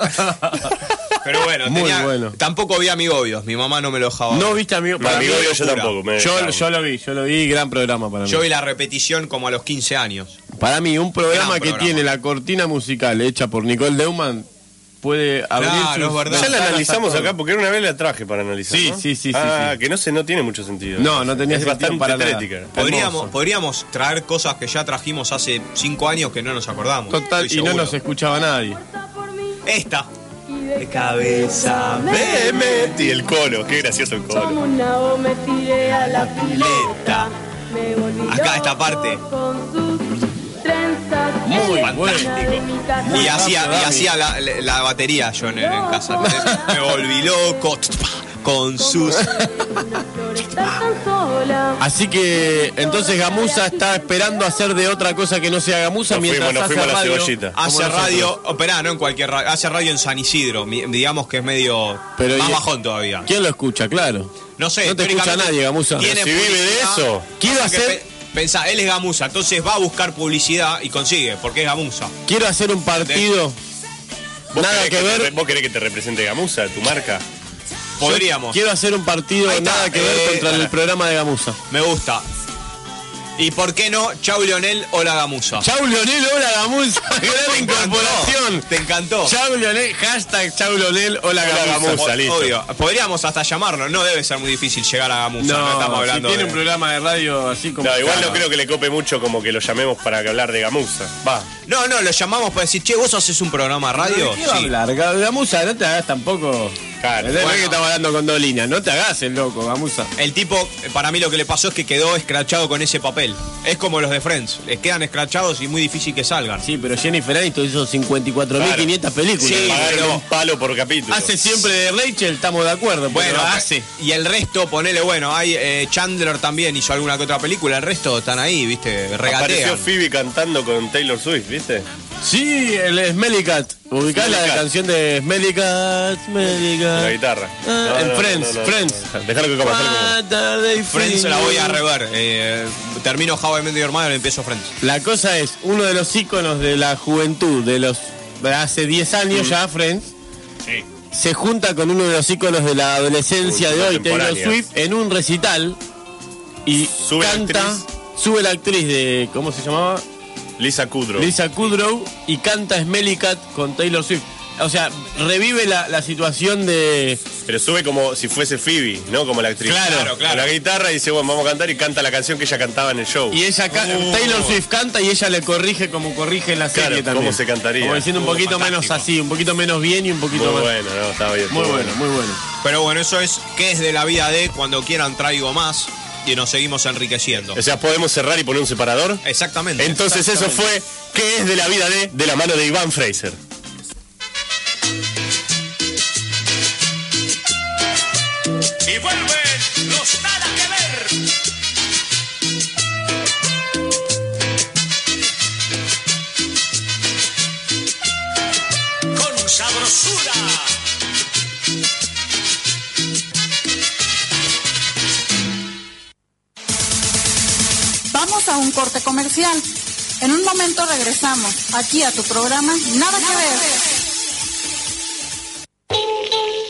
Speaker 4: Pero bueno,
Speaker 2: Muy
Speaker 4: tenía-
Speaker 2: bueno.
Speaker 4: tampoco vi amigobios. Mi mamá no me lo dejaba.
Speaker 2: No viste amigo.
Speaker 3: No, amigo, yo
Speaker 2: locura.
Speaker 3: tampoco, me-
Speaker 2: yo,
Speaker 3: claro.
Speaker 2: yo lo vi, yo lo vi, gran programa para mí.
Speaker 4: Yo vi la repetición como a los 15 años.
Speaker 2: Para mí, un programa
Speaker 4: Gran
Speaker 2: que
Speaker 4: programa.
Speaker 2: tiene la cortina musical hecha por Nicole Deumann puede abrir
Speaker 4: Claro,
Speaker 2: sus
Speaker 4: es verdad.
Speaker 3: Ya la
Speaker 2: ventanas
Speaker 3: analizamos
Speaker 2: a todo.
Speaker 3: acá porque una vez la traje para analizar.
Speaker 2: Sí,
Speaker 3: ¿no?
Speaker 2: sí, sí, sí,
Speaker 3: Ah,
Speaker 2: sí.
Speaker 3: que no sé, no tiene mucho sentido.
Speaker 2: No, no tenía
Speaker 3: es
Speaker 2: sentido
Speaker 3: bastante
Speaker 2: para nada.
Speaker 3: tétrica.
Speaker 4: Podríamos, podríamos traer cosas que ya trajimos hace 5 años que no nos acordamos.
Speaker 2: Total,
Speaker 4: Estoy
Speaker 2: y no
Speaker 4: seguro.
Speaker 2: nos escuchaba nadie.
Speaker 4: Esta.
Speaker 8: de cabeza.
Speaker 3: Me metí el colo, qué gracioso el
Speaker 8: Como
Speaker 3: colo.
Speaker 8: un nabo me tiré a la pileta. Me volví
Speaker 4: Acá, esta
Speaker 8: loco
Speaker 4: parte.
Speaker 8: Con sus trenzas.
Speaker 2: Muy
Speaker 8: en la
Speaker 2: bueno.
Speaker 8: esquina de mi casa.
Speaker 4: Y hacía,
Speaker 2: rápido,
Speaker 4: y
Speaker 2: Dami.
Speaker 4: hacía la, la- la batería yo en, en casa. Me volví loco con sus...
Speaker 8: Una flor está tan sola.
Speaker 2: Así que entonces Gamusa está esperando hacer de otra cosa que no sea Gamusa
Speaker 3: Nos
Speaker 2: mientras
Speaker 3: fuimos, nos
Speaker 2: hace
Speaker 3: fuimos a la
Speaker 2: radio.
Speaker 3: cebollita.
Speaker 2: Como
Speaker 4: Hace
Speaker 2: nosotros.
Speaker 4: radio, operá, no en cualquier radio, hace radio en San Isidro, mi- digamos que es medio
Speaker 2: Pero
Speaker 4: más
Speaker 2: y-
Speaker 4: bajón todavía.
Speaker 2: ¿Quién lo escucha? Claro.
Speaker 4: No sé,
Speaker 2: No te escucha
Speaker 4: teóricamente
Speaker 2: nadie, Gamusa.
Speaker 4: tiene
Speaker 3: Pero si vive de
Speaker 4: publicidad,
Speaker 3: eso.
Speaker 2: Quiero
Speaker 4: porque
Speaker 2: hacer-
Speaker 4: pe- Pensá, él es Gamusa, entonces va a buscar publicidad y consigue, porque es Gamusa.
Speaker 2: Quiero hacer un partido.
Speaker 3: ¿Vos
Speaker 2: Nada
Speaker 3: querés
Speaker 2: que
Speaker 3: te-
Speaker 2: ver.
Speaker 3: ¿Vos querés que te represente Gamusa, tu marca?
Speaker 4: Podríamos,
Speaker 2: Quiero hacer un partido
Speaker 4: Ahí está,
Speaker 2: nada que ver
Speaker 4: eh,
Speaker 2: contra el
Speaker 4: para.
Speaker 2: programa de Gamusa.
Speaker 4: me gusta. ¿Y por qué no? Chau Leonel, hola Gamusa.
Speaker 2: Chau Leonel, hola Gamusa, gran
Speaker 4: Te encantó,
Speaker 2: incorporación.
Speaker 4: Te encantó.
Speaker 2: Chau Leonel, hashtag Chau Leonel, hola
Speaker 3: Hola,
Speaker 2: Gamusa.
Speaker 3: Gamusa,
Speaker 4: O-
Speaker 3: listo.
Speaker 4: Obvio, podríamos hasta llamarlo, no debe ser muy difícil llegar a Gamusa, no, estamos hablando
Speaker 2: si tiene
Speaker 4: de-
Speaker 2: un programa de radio así como...
Speaker 3: No, igual
Speaker 2: Claro.
Speaker 3: no creo que le cope mucho como que lo llamemos para que hablar de Gamusa. Va.
Speaker 4: No, no, lo llamamos para decir, che, vos haces un programa de radio.
Speaker 2: ¿De qué va a
Speaker 4: Sí.
Speaker 2: hablar? Ga- Gamusa, no te hagas tampoco...
Speaker 3: Claro.
Speaker 2: No es
Speaker 4: Bueno.
Speaker 2: que estamos hablando con dos líneas, no te hagas el loco, Gamusa.
Speaker 4: El tipo, para mí lo que le pasó es que quedó escrachado con ese papel. Es como los de Friends, les quedan escrachados y muy difícil que salgan.
Speaker 2: Sí, pero Jennifer Aniston hizo 54.500 películas.
Speaker 4: Sí,
Speaker 3: Pagar
Speaker 4: pero-
Speaker 3: un palo por capítulo.
Speaker 2: Hace siempre de Rachel, estamos de acuerdo.
Speaker 4: Bueno,
Speaker 2: Bueno, ah,
Speaker 4: pe-
Speaker 2: hace.
Speaker 4: y el resto, ponele, bueno, hay eh, Chandler también hizo alguna que otra película, el resto están ahí, viste, regatean.
Speaker 3: Apareció Phoebe cantando con Taylor Swift, ¿viste?
Speaker 2: Sí, el Smelly Cat. Ubicás
Speaker 3: Smelly
Speaker 2: la
Speaker 3: Cat.
Speaker 2: canción de Smelly Cat, Smelly Cat.
Speaker 3: La guitarra.
Speaker 2: Ah, en Friends, Friends.
Speaker 3: Dejalo que coma, dejalo que coma.
Speaker 2: One day
Speaker 4: Friends la voy a
Speaker 2: free.
Speaker 4: rever. Eh, termino How I Met Your Mother y empiezo Friends.
Speaker 2: La cosa es, uno de los íconos de la juventud, de los de hace 10 años ya, Friends,
Speaker 7: Sí.
Speaker 2: se junta con uno de los íconos de la adolescencia
Speaker 3: Uy,
Speaker 2: de hoy, Taylor
Speaker 3: contemporáneas.
Speaker 2: Swift, en un recital y
Speaker 3: Sube la
Speaker 2: canta,
Speaker 3: actriz.
Speaker 2: sube la actriz de, ¿cómo se llamaba?
Speaker 3: Lisa Kudrow.
Speaker 2: Lisa Kudrow y canta Smelly Cat con Taylor Swift. O sea, revive la, la situación de...
Speaker 3: Pero sube como si fuese Phoebe, ¿no? Como la actriz.
Speaker 2: Claro,
Speaker 3: Con la guitarra y dice, bueno, vamos a cantar y canta la canción que ella cantaba en el show.
Speaker 2: Y ella ca- Taylor Swift canta y ella le corrige como corrige en la
Speaker 3: Oh. Claro,
Speaker 2: serie
Speaker 3: ¿cómo
Speaker 2: también.
Speaker 3: se cantaría?
Speaker 2: Como diciendo un
Speaker 4: Uh,
Speaker 2: poquito menos
Speaker 4: fantástico.
Speaker 2: así, un poquito menos bien y un poquito
Speaker 3: muy
Speaker 2: más.
Speaker 3: bueno, ¿no? Estaba bien.
Speaker 2: Muy
Speaker 3: estuvo
Speaker 2: bueno, muy bueno.
Speaker 4: Pero bueno, eso es que es de la vida de cuando quieran traigo más y nos seguimos enriqueciendo.
Speaker 3: O sea, podemos cerrar y poner un separador.
Speaker 4: Exactamente.
Speaker 3: Entonces eso fue ¿Qué es de la vida de? De la mano de Iván Fraser.
Speaker 7: Y vuelven los nada que ver. Con sabrosura.
Speaker 9: Vamos a un corte comercial. En un momento regresamos aquí a tu programa Nada, que ver.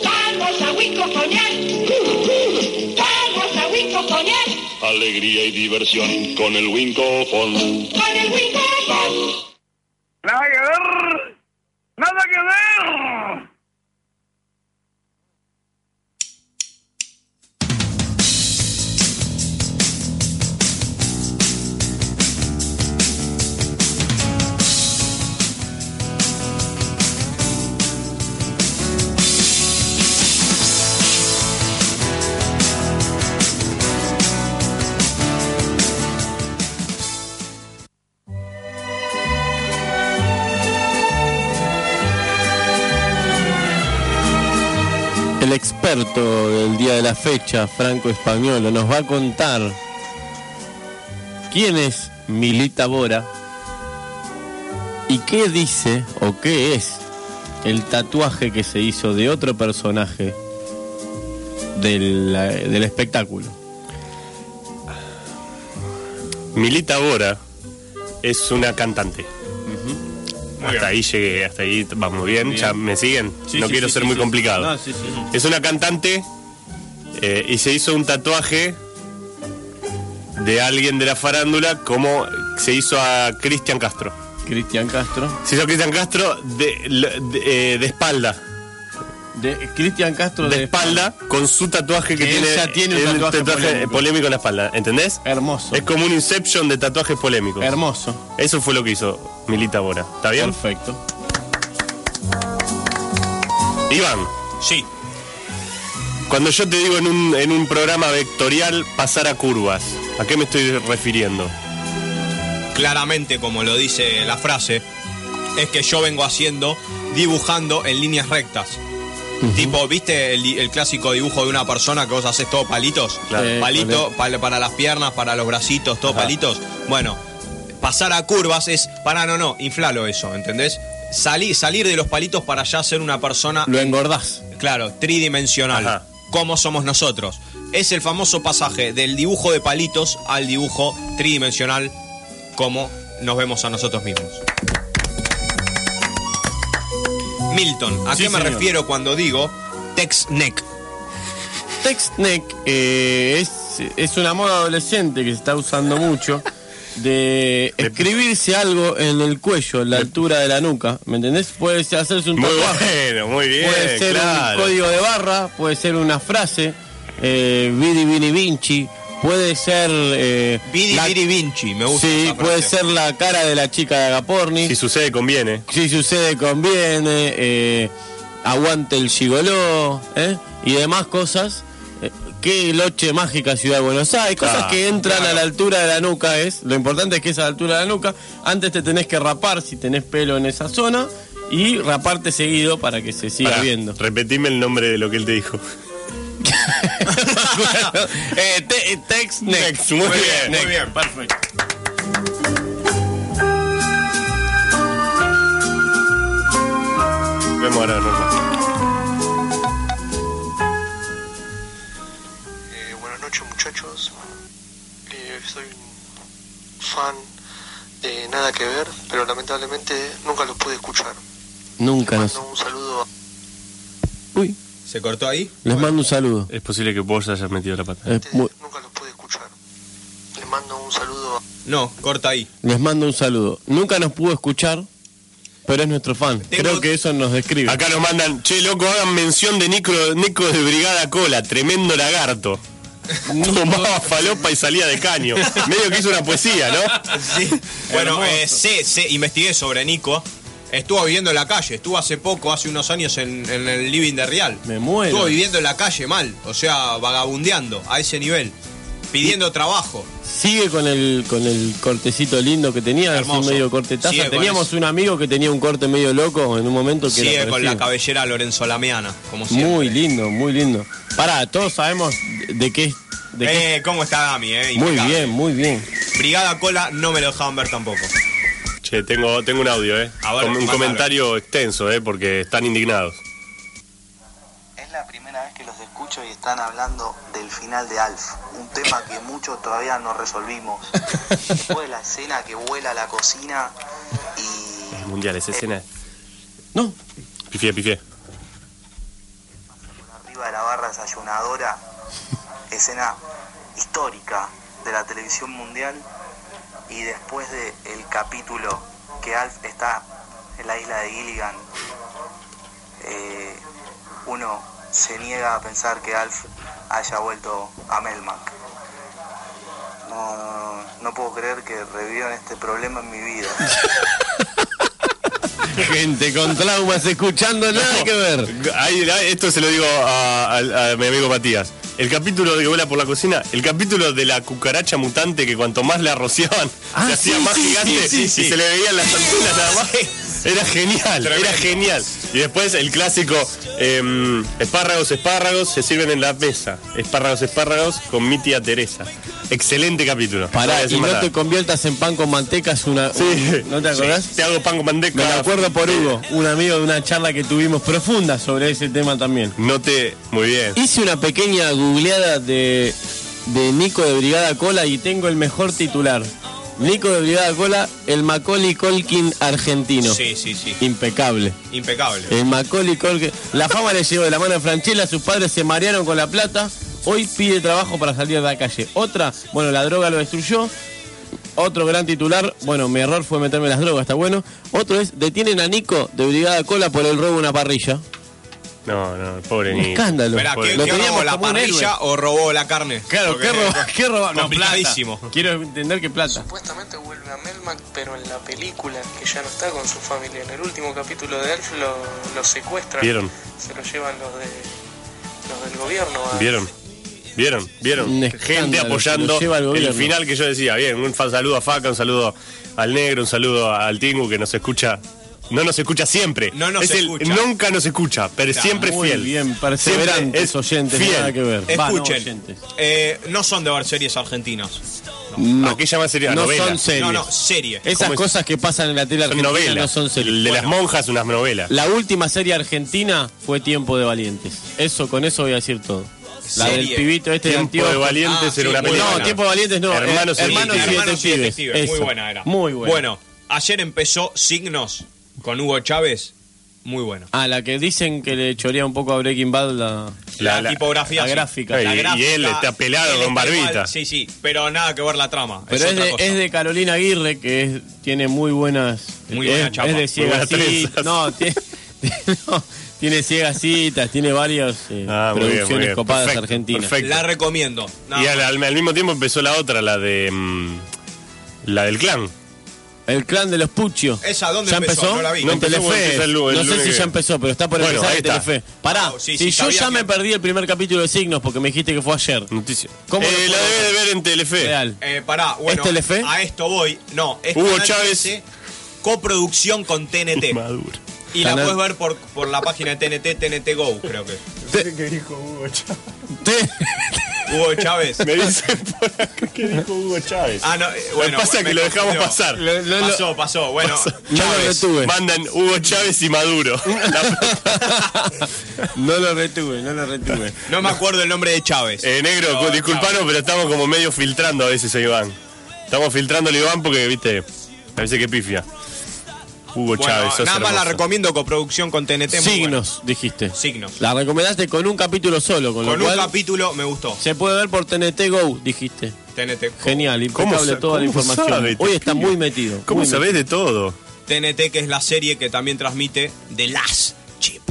Speaker 8: Vamos a Wico con él. Vamos a Wico con él.
Speaker 10: Alegría y diversión con el Wincofon.
Speaker 8: Con el Wico con.
Speaker 7: Nada que ver. Nada que ver.
Speaker 2: El experto del día de la fecha, Franco Españolo, nos va a contar quién es Milita Bora y qué dice o qué es el tatuaje que se hizo de otro personaje del, eh, del espectáculo.
Speaker 3: Milita Bora es una cantante. Hasta ahí llegué, hasta ahí vamos bien. Ya, ¿Me siguen? no quiero ser muy complicado. Es una cantante eh, y se hizo un tatuaje de alguien de la farándula como se hizo a Cristian Castro.
Speaker 2: Cristian Castro.
Speaker 3: Se hizo a Cristian Castro de, de- eh, de espalda.
Speaker 2: De, Cristian Castro
Speaker 3: De espalda con su tatuaje que,
Speaker 2: Que él
Speaker 3: tiene.
Speaker 2: ya tiene un
Speaker 3: el
Speaker 2: tatuaje polémico.
Speaker 3: en la espalda, ¿entendés?
Speaker 2: Hermoso.
Speaker 3: Es como un inception de tatuajes polémicos.
Speaker 2: Hermoso.
Speaker 3: Eso fue lo que hizo Milita Bora. ¿Está bien?
Speaker 2: Perfecto.
Speaker 3: Iván,
Speaker 4: Sí.
Speaker 3: cuando yo te digo en un, en un programa vectorial pasar a curvas, ¿a qué me estoy refiriendo?
Speaker 4: claramente como lo dice la frase, es que yo vengo haciendo, dibujando en líneas rectas. Tipo, ¿viste el, di- el clásico dibujo de una persona que vos haces todo palitos?
Speaker 3: Claro.
Speaker 2: Eh,
Speaker 4: Palito pal- para las piernas, para los bracitos, todo palitos. Bueno, pasar a curvas es, para no, no, inflalo eso, ¿entendés? Salir, salir de los palitos para ya ser una persona
Speaker 2: Lo engordás.
Speaker 4: Claro, tridimensional.
Speaker 3: Ajá.
Speaker 4: Como somos nosotros. Es el famoso pasaje del dibujo de palitos al dibujo tridimensional como nos vemos a nosotros mismos. Milton, ¿a
Speaker 2: Sí,
Speaker 4: qué me
Speaker 2: señor.
Speaker 4: refiero cuando digo tex neck?
Speaker 2: Textneck eh, es, es una moda adolescente que se está usando mucho de escribirse algo en el cuello, en la altura de la nuca. ¿Me entendés? Puede ser hacerse un
Speaker 3: Muy
Speaker 2: tatuaje,
Speaker 3: bueno, muy bien.
Speaker 2: puede ser
Speaker 3: claro.
Speaker 2: un código de barra, puede ser una frase, eh, Vidi Vini Vinci, puede ser. eh,
Speaker 4: Vidi
Speaker 2: la-
Speaker 4: Vidi Vinci, me gusta.
Speaker 2: Sí,
Speaker 4: esa frase.
Speaker 2: puede ser la cara de la chica de Agaporni.
Speaker 3: Si sucede, conviene.
Speaker 2: si sucede conviene, eh, aguante el gigoló, ¿eh? y demás cosas. Eh, Qué loche mágica Ciudad de Buenos Aires, cosas
Speaker 3: Ah,
Speaker 2: que entran a la altura de la nuca es, lo importante es que es a la altura de la nuca, antes te tenés que rapar si tenés pelo en esa zona y raparte seguido para que se siga
Speaker 3: Pará,
Speaker 2: viendo.
Speaker 3: Repetime el nombre de lo que él te dijo.
Speaker 2: Eh, te- eh, text next.
Speaker 3: Muy bien,
Speaker 2: Next.
Speaker 3: muy bien.
Speaker 2: perfecto.
Speaker 3: Vemos ahora, Norma.
Speaker 11: Eh, buenas noches muchachos. Eh, soy un fan de Nada que ver, pero lamentablemente nunca los pude escuchar.
Speaker 2: Nunca nos...
Speaker 11: Mando un saludo.
Speaker 2: Uy,
Speaker 4: ¿Se cortó ahí?
Speaker 2: les mando un saludo.
Speaker 3: Es posible que vos hayas metido la pata.
Speaker 2: Eh, mu-
Speaker 11: Les mando un saludo.
Speaker 4: No, corta ahí.
Speaker 2: les mando un saludo. Nunca nos pudo escuchar, pero es nuestro fan.
Speaker 4: Tengo-
Speaker 2: Creo que eso nos describe.
Speaker 3: Acá nos mandan, che, loco, hagan mención de Nico, Nico de Brigada Cola, tremendo lagarto. Tomaba falopa y salía de caño. Medio que hizo una poesía, ¿no?
Speaker 4: Sí. Bueno, eh, sé, sé, investigué sobre Nico. Estuvo viviendo en la calle, estuvo hace poco, hace unos años en, en el living de Real.
Speaker 2: Me muero.
Speaker 4: Estuvo viviendo en la calle mal, o sea, vagabundeando a ese nivel, pidiendo trabajo.
Speaker 2: Sigue con el con el cortecito lindo que tenía, así
Speaker 4: Hermoso.
Speaker 2: medio corte taza.
Speaker 4: Sigue con
Speaker 2: Teníamos
Speaker 4: eso.
Speaker 2: un amigo que tenía un corte medio loco en un momento que
Speaker 4: Sigue
Speaker 2: era
Speaker 4: con la
Speaker 2: parecido.
Speaker 4: cabellera Lorenzo Lameana, como siempre.
Speaker 2: Muy lindo, muy lindo. Pará, todos sabemos de- de qué. De qué-
Speaker 4: Eh, ¿Cómo está Dami? Eh?
Speaker 2: muy
Speaker 4: Impecable.
Speaker 2: bien, muy bien.
Speaker 4: Brigada Cola no me lo dejaban ver tampoco.
Speaker 3: Che, tengo, tengo un audio, ¿eh?
Speaker 4: A ver,
Speaker 3: Com- un
Speaker 4: mandalo.
Speaker 3: comentario extenso, ¿eh? Porque están indignados.
Speaker 12: Es la primera vez que los escucho y están hablando del final de Alf, un tema que muchos todavía no resolvimos. Después de la escena que vuela a la cocina y
Speaker 3: Mundial, esa escena.
Speaker 2: No.
Speaker 3: Pifié, pifié.
Speaker 12: arriba de la barra desayunadora, escena histórica de la televisión mundial y después de el capítulo que Alf está en la isla de Gilligan, eh, uno se niega a pensar que Alf haya vuelto a Melmac. No, no, no puedo creer que revivieron este problema en mi vida.
Speaker 2: Gente con traumas escuchando nada que ver.
Speaker 3: Ahí, ahí, esto se lo digo a, a- a mi amigo Matías. El capítulo de que vuela por la cocina, el capítulo de la cucaracha mutante que cuanto más la rociaban,
Speaker 2: Ah,
Speaker 3: se
Speaker 2: sí,
Speaker 3: hacía más
Speaker 2: sí, sí,
Speaker 3: gigante
Speaker 2: sí, sí.
Speaker 3: y se le veían las antenas nada más. Era genial, era genial. Y después el clásico, em, espárragos, espárragos, se sirven en la mesa. Espárragos, espárragos, con mi tía Teresa. Excelente capítulo.
Speaker 2: Pará,
Speaker 3: Nada de
Speaker 2: y no
Speaker 3: semana.
Speaker 2: te conviertas en pan con manteca, es una.
Speaker 3: Sí.
Speaker 2: ¿No te acordás?
Speaker 3: Te hago pan con manteca.
Speaker 2: Me lo acuerdo por Hugo, un amigo de una charla que tuvimos profunda sobre ese tema también.
Speaker 3: No te... Muy bien.
Speaker 2: Hice una pequeña googleada de, de Nico de Brigada Cola y tengo el mejor titular. Nico de Brigada Cola, el Macaulay Colkin argentino.
Speaker 4: Sí, sí, sí.
Speaker 2: Impecable.
Speaker 4: Impecable.
Speaker 2: El Macaulay Culkin. La fama le llegó de la mano de Franchella, sus padres se marearon con la plata. Hoy pide trabajo para salir de la calle. Otra, bueno, la droga lo destruyó. Otro gran titular, bueno, mi error fue meterme las drogas, está bueno. Otro es, detienen a Nico de Brigada Cola por el robo de una parrilla.
Speaker 3: No, no, pobre
Speaker 2: Un
Speaker 3: Nico.
Speaker 2: escándalo.
Speaker 4: Esperá,
Speaker 3: Por-
Speaker 4: ¿qué,
Speaker 2: lo
Speaker 4: qué
Speaker 2: teníamos
Speaker 4: robó la
Speaker 2: como un héroe.
Speaker 4: parrilla o robó la carne?
Speaker 2: Claro,
Speaker 4: Porque-
Speaker 2: ¿qué roba? ¿Qué roba? No,
Speaker 4: Complicadísimo.
Speaker 2: plata. Quiero entender que plata.
Speaker 13: Supuestamente vuelve a Melmac, pero en la película, que ya no está con su familia. En el último capítulo de Elf lo, lo secuestran.
Speaker 3: ¿Vieron?
Speaker 13: Se lo llevan los de los del gobierno. ¿ah? a-
Speaker 3: ¿Vieron? ¿Vieron?
Speaker 2: Un
Speaker 3: ¿Vieron?
Speaker 2: escándalo,
Speaker 3: Gente
Speaker 2: se
Speaker 3: apoyando
Speaker 2: lo lleva el
Speaker 3: el,
Speaker 2: gobierno.
Speaker 3: final que yo decía. Bien, un fa- saludo a Faca, un saludo al Negro, un saludo al Tingu que nos escucha. No nos escucha siempre.
Speaker 4: No nos
Speaker 3: es el
Speaker 4: escucha.
Speaker 3: nunca nos escucha, pero
Speaker 4: Claro,
Speaker 3: siempre
Speaker 2: Muy
Speaker 3: fiel.
Speaker 2: bien, perseverantes
Speaker 3: Siempre es
Speaker 2: oyentes,
Speaker 3: fiel.
Speaker 2: nada que ver. Va, no
Speaker 4: Escuchen,
Speaker 2: oyentes.
Speaker 4: eh, no son de ver series argentinas.
Speaker 2: No,
Speaker 3: ¿A qué llama sería?
Speaker 2: no
Speaker 3: novela.
Speaker 2: son series.
Speaker 4: No, no, series.
Speaker 2: Esas
Speaker 3: ¿Cómo es?
Speaker 2: cosas que pasan en la tele
Speaker 3: Son
Speaker 2: argentina
Speaker 3: novelas.
Speaker 2: no son series.
Speaker 3: El de las
Speaker 2: Bueno,
Speaker 3: monjas, unas novelas.
Speaker 2: La última serie argentina fue Tiempo de Valientes. Eso, con eso voy a decir todo. La
Speaker 4: Serie.
Speaker 2: del pibito este
Speaker 3: Tiempo
Speaker 2: de
Speaker 3: de
Speaker 2: Antioquia.
Speaker 3: Valientes
Speaker 4: Ah, sí,
Speaker 3: era una
Speaker 4: muy
Speaker 3: película.
Speaker 2: No, Tiempo de Valientes no.
Speaker 3: Hermanos
Speaker 2: eh,
Speaker 3: y
Speaker 2: hermanos
Speaker 3: Detectives.
Speaker 4: Hermanos y Detectives. Muy
Speaker 2: Eso.
Speaker 4: buena era.
Speaker 2: Muy buena.
Speaker 4: Bueno, ayer empezó Signos con Hugo Chávez. Muy bueno.
Speaker 2: Ah, la que dicen que le choría un poco a Breaking Bad la...
Speaker 4: La,
Speaker 3: La- la-
Speaker 4: tipografía.
Speaker 2: la
Speaker 4: sí.
Speaker 2: gráfica.
Speaker 4: La
Speaker 3: Y- y él está pelado
Speaker 4: él
Speaker 3: con
Speaker 4: está
Speaker 3: barbita.
Speaker 4: igual, Sí, sí, pero nada que ver la trama.
Speaker 2: Pero
Speaker 4: es,
Speaker 2: es,
Speaker 4: otra
Speaker 2: de,
Speaker 4: cosa.
Speaker 2: es de Carolina Aguirre, que es- tiene muy buenas...
Speaker 4: Muy buena
Speaker 2: es,
Speaker 4: chapa.
Speaker 2: es de ciegas citas.
Speaker 3: buenas trenzas.
Speaker 2: No, tiene... no, tiene ciegas citas, tiene varias eh,
Speaker 3: Ah, muy bien, muy
Speaker 2: producciones
Speaker 3: bien.
Speaker 2: copadas
Speaker 3: Perfecto,
Speaker 2: argentinas.
Speaker 3: perfecto.
Speaker 4: La recomiendo. Nada
Speaker 3: Y al,
Speaker 4: más.
Speaker 3: al- al mismo tiempo empezó la otra, la de. mm, la del clan.
Speaker 2: El clan de los Puccios.
Speaker 4: ¿Esa dónde
Speaker 2: ¿Ya
Speaker 4: empezó?
Speaker 2: empezó?
Speaker 4: No la vi.
Speaker 2: En
Speaker 4: No
Speaker 3: empezó,
Speaker 2: Telefe.
Speaker 3: empieza el lu- el
Speaker 2: no sé
Speaker 3: lunes
Speaker 2: si
Speaker 3: que
Speaker 2: ya empezó, pero está por
Speaker 3: Bueno,
Speaker 2: empezar
Speaker 3: ahí
Speaker 2: en
Speaker 3: está.
Speaker 2: Telefe. Pará,
Speaker 4: Ah, sí,
Speaker 2: si
Speaker 4: sí,
Speaker 2: yo
Speaker 4: sabía
Speaker 2: ya
Speaker 4: que-
Speaker 2: me perdí el primer capítulo de Signos porque me dijiste que fue ayer.
Speaker 3: Noticia.
Speaker 2: ¿Cómo
Speaker 3: Eh,
Speaker 2: lo
Speaker 3: la
Speaker 2: puedo
Speaker 3: debe de
Speaker 2: ver?
Speaker 3: ver en Telefe.
Speaker 2: Real.
Speaker 4: Eh, pará, bueno,
Speaker 2: ¿Es Telefe?
Speaker 4: a esto voy. No, es
Speaker 3: Hugo
Speaker 4: Canal
Speaker 3: Chávez.
Speaker 4: 13, Coproducción con TNT.
Speaker 3: Maduro.
Speaker 4: Y la
Speaker 2: Canal-
Speaker 4: puedes ver por, por la página de TNT, TNT Go, creo que.
Speaker 2: Te-
Speaker 4: Hugo Chávez.
Speaker 3: Me dicen por acá que dijo Hugo Chávez.
Speaker 4: Ah, no, eh,
Speaker 3: Lo que
Speaker 4: bueno,
Speaker 3: pasa es
Speaker 4: me
Speaker 3: que lo dejamos
Speaker 4: confundió.
Speaker 3: pasar.
Speaker 4: Lo- lo- lo- Pasó, pasó, bueno,
Speaker 3: Yo
Speaker 4: Chávez.
Speaker 3: Mandan Hugo Chávez y Maduro.
Speaker 2: No lo retuve, no lo retuve.
Speaker 4: No me acuerdo el nombre de Chávez.
Speaker 3: Eh, negro,
Speaker 4: No,
Speaker 3: disculpanos,
Speaker 4: Chávez.
Speaker 3: pero estamos como medio filtrando a veces a Iván. Estamos filtrando a Iván porque, viste, a veces que pifia. Hugo
Speaker 4: Bueno,
Speaker 3: Chávez, sos
Speaker 4: nada más la
Speaker 3: hermoso.
Speaker 4: recomiendo coproducción con TNT. muy bueno.
Speaker 2: Signos, dijiste.
Speaker 4: Signos.
Speaker 2: La recomendaste con un capítulo solo, con,
Speaker 4: Con
Speaker 2: lo
Speaker 4: un
Speaker 2: cual
Speaker 4: capítulo me gustó.
Speaker 2: se puede ver por TNT Go, dijiste.
Speaker 4: TNT.
Speaker 2: Genial,
Speaker 3: ¿Cómo
Speaker 2: impecable
Speaker 3: sa-
Speaker 2: toda la
Speaker 3: cómo
Speaker 2: información.
Speaker 3: sabe,
Speaker 2: Hoy está
Speaker 3: tío?
Speaker 2: muy metido.
Speaker 3: ¿Cómo
Speaker 2: muy
Speaker 3: sabés de todo?
Speaker 4: TNT, que es la serie que también transmite The Last Chip.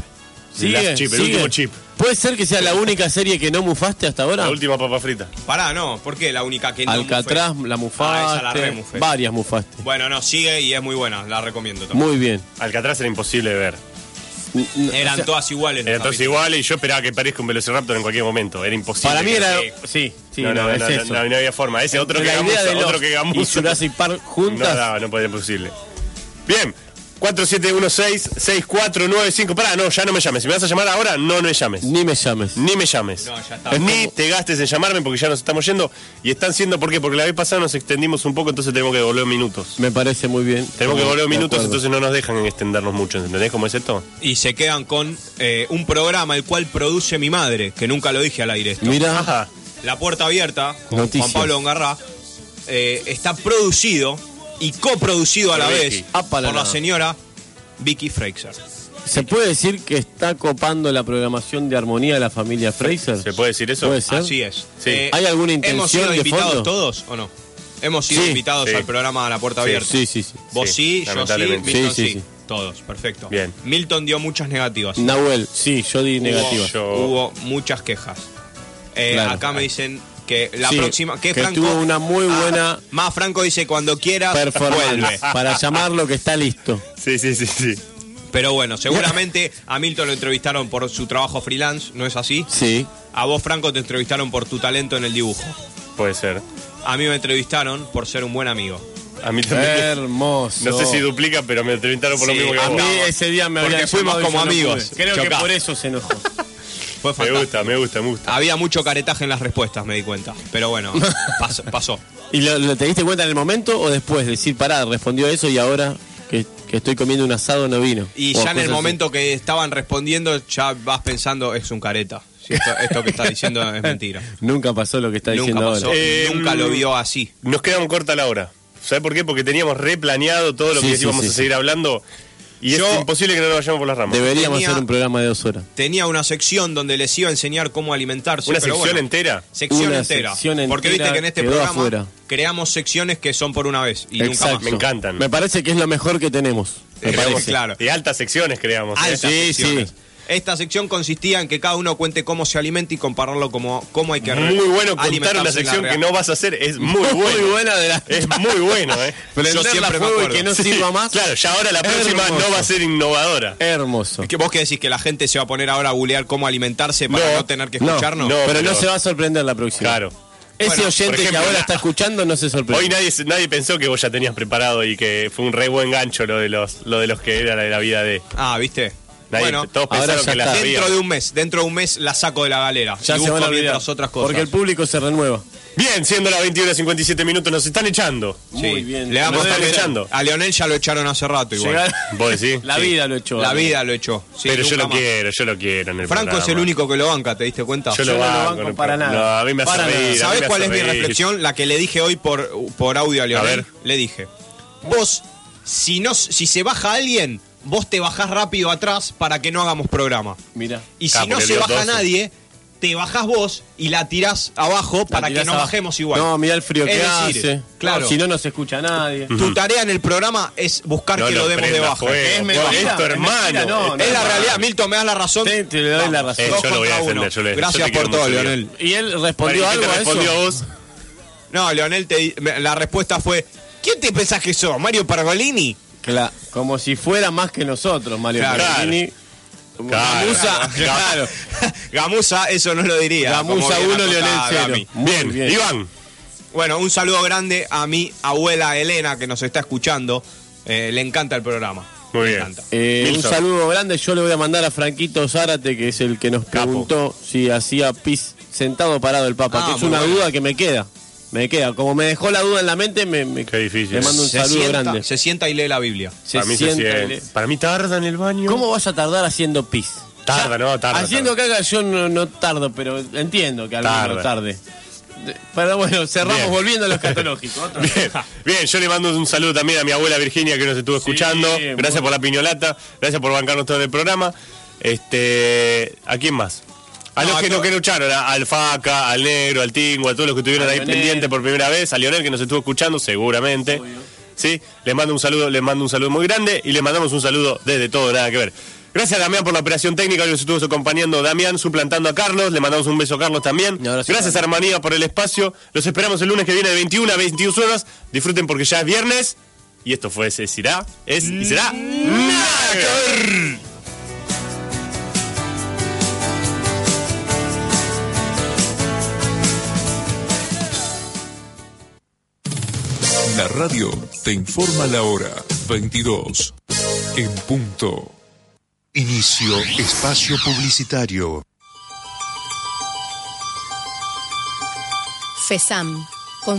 Speaker 2: Sigue,
Speaker 3: Last chip, el
Speaker 2: sigue.
Speaker 3: último chip.
Speaker 2: ¿Puede ser que sea la única serie que no mufaste hasta ahora?
Speaker 3: La última papa frita.
Speaker 4: Pará, no, ¿por qué la única que no
Speaker 2: Alcatraz,
Speaker 4: mufé?
Speaker 2: la
Speaker 4: Ah,
Speaker 2: mufaste.
Speaker 4: esa la remufé.
Speaker 2: varias mufaste.
Speaker 4: Bueno, no, sigue y es muy buena, la recomiendo también.
Speaker 2: Muy bien.
Speaker 3: Alcatraz era imposible de ver.
Speaker 4: Eran
Speaker 2: O sea,
Speaker 4: todas iguales. los
Speaker 3: Era entonces
Speaker 4: capítulos.
Speaker 3: igual y yo esperaba que parezca un Velociraptor en cualquier momento. Era imposible.
Speaker 2: para mí
Speaker 3: que-
Speaker 2: era.
Speaker 4: sí.
Speaker 2: Sí, sí,
Speaker 3: no, no, no,
Speaker 2: es
Speaker 3: no,
Speaker 2: eso.
Speaker 3: no, no había forma. Ese otro que
Speaker 2: la idea
Speaker 3: gamusa,
Speaker 2: de
Speaker 3: otro
Speaker 2: Lost
Speaker 3: que
Speaker 2: y
Speaker 3: gamusa.
Speaker 2: Jurassic Park juntas.
Speaker 3: No daba, no podía ser posible. Bien. 4716-6495. Pará, no, ya no me llames. Si me vas a llamar ahora, no me llames.
Speaker 2: Ni me llames.
Speaker 3: Ni me llames.
Speaker 4: No, ya está.
Speaker 3: Ni te gastes en llamarme porque ya nos estamos yendo. Y están siendo, ¿por qué? Porque la vez pasada nos extendimos un poco, entonces tenemos que devolver minutos.
Speaker 2: Me parece muy bien.
Speaker 3: Tenemos que devolver
Speaker 2: De
Speaker 3: minutos,
Speaker 2: acuerdo.
Speaker 3: entonces no nos dejan extendernos mucho. ¿Entendés cómo es esto?
Speaker 4: Y se quedan con eh, un programa el cual produce mi madre, que nunca lo dije al aire. esto.
Speaker 2: Mirá.
Speaker 3: Ajá.
Speaker 4: La Puerta Abierta, con
Speaker 2: Noticias.
Speaker 4: Juan Pablo Ongarra, eh, está producido y coproducido a la
Speaker 3: Por
Speaker 4: vez
Speaker 3: Vicky.
Speaker 2: Apa la
Speaker 4: por la
Speaker 2: Ah, nada.
Speaker 4: señora Vicky Freixer.
Speaker 2: ¿Se puede decir que está copando la programación de armonía de la familia Fraser?
Speaker 3: ¿Se puede decir eso?
Speaker 2: ¿Puede ser?
Speaker 4: Así es.
Speaker 3: Sí.
Speaker 4: Eh,
Speaker 2: ¿Hay alguna intención
Speaker 4: ¿Hemos sido
Speaker 2: de
Speaker 4: invitados
Speaker 2: fondo?
Speaker 4: todos o no? Hemos sido
Speaker 2: Sí.
Speaker 4: invitados
Speaker 3: Sí.
Speaker 4: al programa La Puerta Abierta.
Speaker 2: Sí, sí, sí.
Speaker 4: Vos sí,
Speaker 3: Sí,
Speaker 4: yo sí,
Speaker 3: lamentablemente.
Speaker 4: Milton sí,
Speaker 2: Sí, sí, sí.
Speaker 4: Todos, perfecto.
Speaker 3: Bien.
Speaker 4: Milton dio muchas negativas.
Speaker 2: Nahuel, sí, yo di negativa.
Speaker 3: yo-
Speaker 4: Hubo muchas quejas. Eh,
Speaker 2: Claro.
Speaker 4: Acá me dicen que la
Speaker 2: Sí,
Speaker 4: próxima. Que,
Speaker 2: que
Speaker 4: Franco.
Speaker 2: tuvo una muy buena-
Speaker 4: más Franco dice cuando quieras vuelve.
Speaker 2: Performance. Para llamarlo que está listo.
Speaker 3: Sí, sí, sí, sí.
Speaker 4: Pero bueno, seguramente a Milton lo entrevistaron por su trabajo freelance, ¿no es así?
Speaker 2: Sí.
Speaker 4: A vos, Franco, te entrevistaron por tu talento en el dibujo.
Speaker 3: Puede ser.
Speaker 4: A mí me entrevistaron por ser un buen amigo.
Speaker 3: A mí también.
Speaker 2: Eh, Hermoso.
Speaker 3: No sé si duplica, pero me entrevistaron por lo
Speaker 4: Sí,
Speaker 3: mismo que
Speaker 4: a
Speaker 3: vos.
Speaker 4: mí-
Speaker 2: ese día me
Speaker 4: Porque
Speaker 2: habían
Speaker 4: fuimos
Speaker 2: llamado y
Speaker 4: como
Speaker 2: yo no
Speaker 4: amigos.
Speaker 2: pude. Creo
Speaker 4: Chocá.
Speaker 2: que por eso se enojó.
Speaker 4: Fue
Speaker 3: Me
Speaker 4: fantástico.
Speaker 3: gusta, me gusta, me gusta.
Speaker 4: Había mucho caretaje en las respuestas, me di cuenta. Pero bueno, pasó. pasó.
Speaker 2: ¿Y lo, lo- te diste cuenta en el momento o después? Decir, pará, respondió eso y ahora que, que estoy comiendo un asado no vino.
Speaker 4: Y
Speaker 2: O
Speaker 4: ya en
Speaker 3: pues
Speaker 2: cosas
Speaker 4: el momento que estaban respondiendo, ya vas pensando, es un careta. Si esto, esto que está diciendo es mentira.
Speaker 2: así. Nunca pasó lo que está
Speaker 4: Nunca
Speaker 2: diciendo
Speaker 4: pasó,
Speaker 2: ahora.
Speaker 3: Eh,
Speaker 4: nunca lo vio así.
Speaker 3: Nos quedamos corta la hora. ¿Sabes por qué? Porque teníamos replaneado todo lo
Speaker 2: Sí,
Speaker 3: que
Speaker 2: sí,
Speaker 3: íbamos
Speaker 2: sí,
Speaker 3: a
Speaker 2: sí.
Speaker 3: seguir hablando. Y
Speaker 4: Yo-
Speaker 3: es imposible que no nos vayamos por las ramas.
Speaker 2: Deberíamos
Speaker 4: Tenía-
Speaker 2: hacer un programa de dos horas.
Speaker 4: Tenía una sección donde les iba a enseñar cómo alimentarse.
Speaker 3: ¿Una
Speaker 4: pero
Speaker 3: sección
Speaker 4: bueno,
Speaker 3: entera?
Speaker 4: Sección
Speaker 2: Una
Speaker 4: entera.
Speaker 2: sección
Speaker 4: Porque
Speaker 2: entera
Speaker 4: viste que en este
Speaker 2: quedó
Speaker 4: programa
Speaker 2: afuera.
Speaker 4: creamos secciones que son por una vez y nunca más.
Speaker 3: Me encantan.
Speaker 2: Me parece que es lo mejor que tenemos. Me
Speaker 4: Creamos,
Speaker 2: parece.
Speaker 4: claro. Ah,
Speaker 3: Y altas secciones creamos. ¿eh?
Speaker 4: Altas
Speaker 2: Sí,
Speaker 4: secciones.
Speaker 2: sí.
Speaker 4: Esta sección consistía en que cada uno cuente cómo se alimenta y compararlo como cómo hay que re-
Speaker 3: Muy bueno contar
Speaker 4: alimentarse en
Speaker 3: una
Speaker 4: la
Speaker 3: sección que
Speaker 4: real.
Speaker 3: no vas a hacer. Es muy bueno.
Speaker 2: Muy buena de la-
Speaker 3: Es muy bueno, ¿eh?
Speaker 2: Prenderla
Speaker 4: Yo siempre me
Speaker 2: fuego
Speaker 4: acuerdo.
Speaker 2: y que no
Speaker 3: Sí,
Speaker 2: sirva más.
Speaker 3: Claro, ya ahora la próxima
Speaker 2: Hermoso.
Speaker 3: no va a ser innovadora.
Speaker 2: Hermoso.
Speaker 4: Es que vos que decís que la gente se va a poner ahora a bulear cómo alimentarse para no,
Speaker 3: No,
Speaker 4: tener que
Speaker 2: No,
Speaker 4: escucharnos.
Speaker 3: no,
Speaker 2: pero, no
Speaker 3: pero-
Speaker 2: se va a sorprender la próxima.
Speaker 3: Claro.
Speaker 2: Ese
Speaker 4: Bueno,
Speaker 3: por
Speaker 2: oyente que
Speaker 3: ejemplo,
Speaker 2: ahora
Speaker 3: la-
Speaker 2: está escuchando no se sorprende.
Speaker 3: Hoy nadie, nadie pensó que vos ya tenías preparado y que fue un re buen gancho lo de los, lo de los que era la, la vida de.
Speaker 4: Ah, ¿viste?
Speaker 3: Nadie,
Speaker 4: bueno,
Speaker 3: todos
Speaker 2: ahora
Speaker 3: pensaron
Speaker 2: ya
Speaker 3: que la
Speaker 2: está.
Speaker 3: sabía.
Speaker 4: dentro de un mes, dentro de un mes la saco de la galera.
Speaker 2: ya se
Speaker 4: Dibujo
Speaker 2: van a olvidar.
Speaker 4: mientras otras cosas.
Speaker 2: Porque el público se renueva.
Speaker 3: Bien, siendo las 21.57 minutos, nos están echando.
Speaker 4: Sí.
Speaker 2: Muy bien.
Speaker 4: Le damos
Speaker 3: Nos están
Speaker 4: también-
Speaker 3: echando.
Speaker 4: A Leonel ya lo echaron hace rato igual.
Speaker 2: Llegar-
Speaker 3: ¿Vos decís?
Speaker 2: La
Speaker 3: Sí.
Speaker 2: vida lo echó.
Speaker 4: La vida lo echó. Sí,
Speaker 3: pero yo
Speaker 4: nunca
Speaker 3: lo
Speaker 4: más.
Speaker 3: quiero, yo lo quiero en el
Speaker 4: Franco es el
Speaker 3: programa.
Speaker 4: único que lo banca, ¿te diste cuenta?
Speaker 3: Yo, lo
Speaker 2: no lo
Speaker 3: banco,
Speaker 2: banco
Speaker 3: no,
Speaker 2: para
Speaker 3: no,
Speaker 2: nada.
Speaker 3: a mí me hace
Speaker 2: Para nada.
Speaker 3: reír. a mí
Speaker 4: ¿Sabés
Speaker 3: me
Speaker 4: cuál es
Speaker 3: hace
Speaker 4: mi
Speaker 3: reír.
Speaker 4: reflexión? La que le dije hoy por, por audio a Leonel.
Speaker 3: ver.
Speaker 4: Le dije, vos, si, no, si se baja alguien, vos te bajás rápido atrás para que no hagamos programa.
Speaker 2: Mira.
Speaker 4: Y si
Speaker 3: Ah,
Speaker 4: no
Speaker 3: porque
Speaker 4: se
Speaker 3: dio
Speaker 4: baja
Speaker 3: 12.
Speaker 4: nadie, te bajás vos y la tirás abajo para que no bajemos igual.
Speaker 2: No, mira el frío
Speaker 4: Es
Speaker 2: que
Speaker 4: decir,
Speaker 2: hace.
Speaker 4: Claro. Mm.
Speaker 2: Si no, no se escucha a nadie.
Speaker 4: Tu tarea en el programa es buscar
Speaker 3: No
Speaker 4: que lo
Speaker 3: lo
Speaker 4: demos de
Speaker 3: prenda
Speaker 4: baja.
Speaker 3: fuego.
Speaker 4: Es,
Speaker 3: Es
Speaker 2: mentira,
Speaker 3: esto,
Speaker 2: es mentira,
Speaker 3: hermano.
Speaker 2: no, no.
Speaker 4: es la
Speaker 2: Hermano.
Speaker 4: realidad, Milton, me das la razón.
Speaker 2: Te- te doy la razón. Eh,
Speaker 4: dos
Speaker 3: yo lo voy a
Speaker 4: contra
Speaker 3: defender,
Speaker 4: uno.
Speaker 3: yo le- yo
Speaker 4: Gracias
Speaker 3: te quiero
Speaker 4: por todo,
Speaker 3: mucho,
Speaker 4: Leonel.
Speaker 2: ¿Y él respondió
Speaker 3: Bueno, ¿y qué
Speaker 2: algo
Speaker 3: te
Speaker 2: a eso?
Speaker 3: respondió vos?
Speaker 4: No, Leonel, te- me- la respuesta fue: ¿Quién te pensás que sos? ¿Mario Pergolini?
Speaker 2: Cla- como si fuera más que nosotros, Mario
Speaker 3: Claro.
Speaker 2: Pergolini.
Speaker 3: Claro.
Speaker 2: Gamusa, claro.
Speaker 4: Gamusa, eso no lo diría.
Speaker 2: Gamusa
Speaker 4: como bien
Speaker 2: 1, Leonel
Speaker 4: acotaba
Speaker 2: 0.
Speaker 4: Gami.
Speaker 2: Muy
Speaker 3: Bien, Iván.
Speaker 4: Bueno, un saludo grande a mi abuela Elena que nos está escuchando. Eh, le encanta el programa.
Speaker 3: Muy
Speaker 4: Le
Speaker 3: bien.
Speaker 4: encanta.
Speaker 2: Eh, un
Speaker 3: Milton.
Speaker 2: saludo grande, yo le voy a mandar a Franquito Zárate, que es el que nos
Speaker 3: Capo.
Speaker 2: preguntó si hacía pis sentado o parado el Papa,
Speaker 4: Ah,
Speaker 2: que es
Speaker 4: muy
Speaker 2: una
Speaker 4: bueno.
Speaker 2: duda que me queda. Me queda. Como me dejó la duda en la mente, me, me, le mando un
Speaker 4: Se
Speaker 2: saludo
Speaker 4: sienta-
Speaker 2: grande.
Speaker 4: Se sienta y lee la Biblia.
Speaker 2: Se Para mí se sienta y sienta. lee.
Speaker 3: Para mí tarda en el baño.
Speaker 2: ¿Cómo vas a tardar haciendo pis?
Speaker 3: Tarda, no, tarda.
Speaker 2: haciendo caca yo no, no tardo, pero entiendo que
Speaker 3: Tarda.
Speaker 2: alguno tarde. De- Pero bueno, cerramos
Speaker 3: Bien.
Speaker 2: volviendo a los catológicos. Otra vez.
Speaker 3: Bien, bien, yo le mando un saludo también a mi abuela Virginia que nos estuvo escuchando. Gracias por la piñolata, gracias por bancarnos todo en el programa. Este, ¿a quién más? A los que no que lucharon, a- al Faca, al Negro, al Tingo, a todos los que estuvieron
Speaker 2: A
Speaker 3: ahí
Speaker 2: Leonel.
Speaker 3: pendientes por primera vez, a Lionel que nos estuvo escuchando seguramente. Sí, les mando un saludo, les mando un saludo muy grande y les mandamos un saludo desde todo, nada que ver. Gracias Damián por la operación técnica que nos estuvo acompañando Damián, suplantando a Carlos, le mandamos un beso a Carlos también. Gracias Armanía por el espacio. Los esperamos el lunes que viene de 21 a 22 horas. Disfruten porque ya es viernes. Y esto fue Se será, es y será. Nada que ver.
Speaker 14: La radio te informa la hora 22 en punto.
Speaker 15: Inicio espacio publicitario.
Speaker 16: FESAM,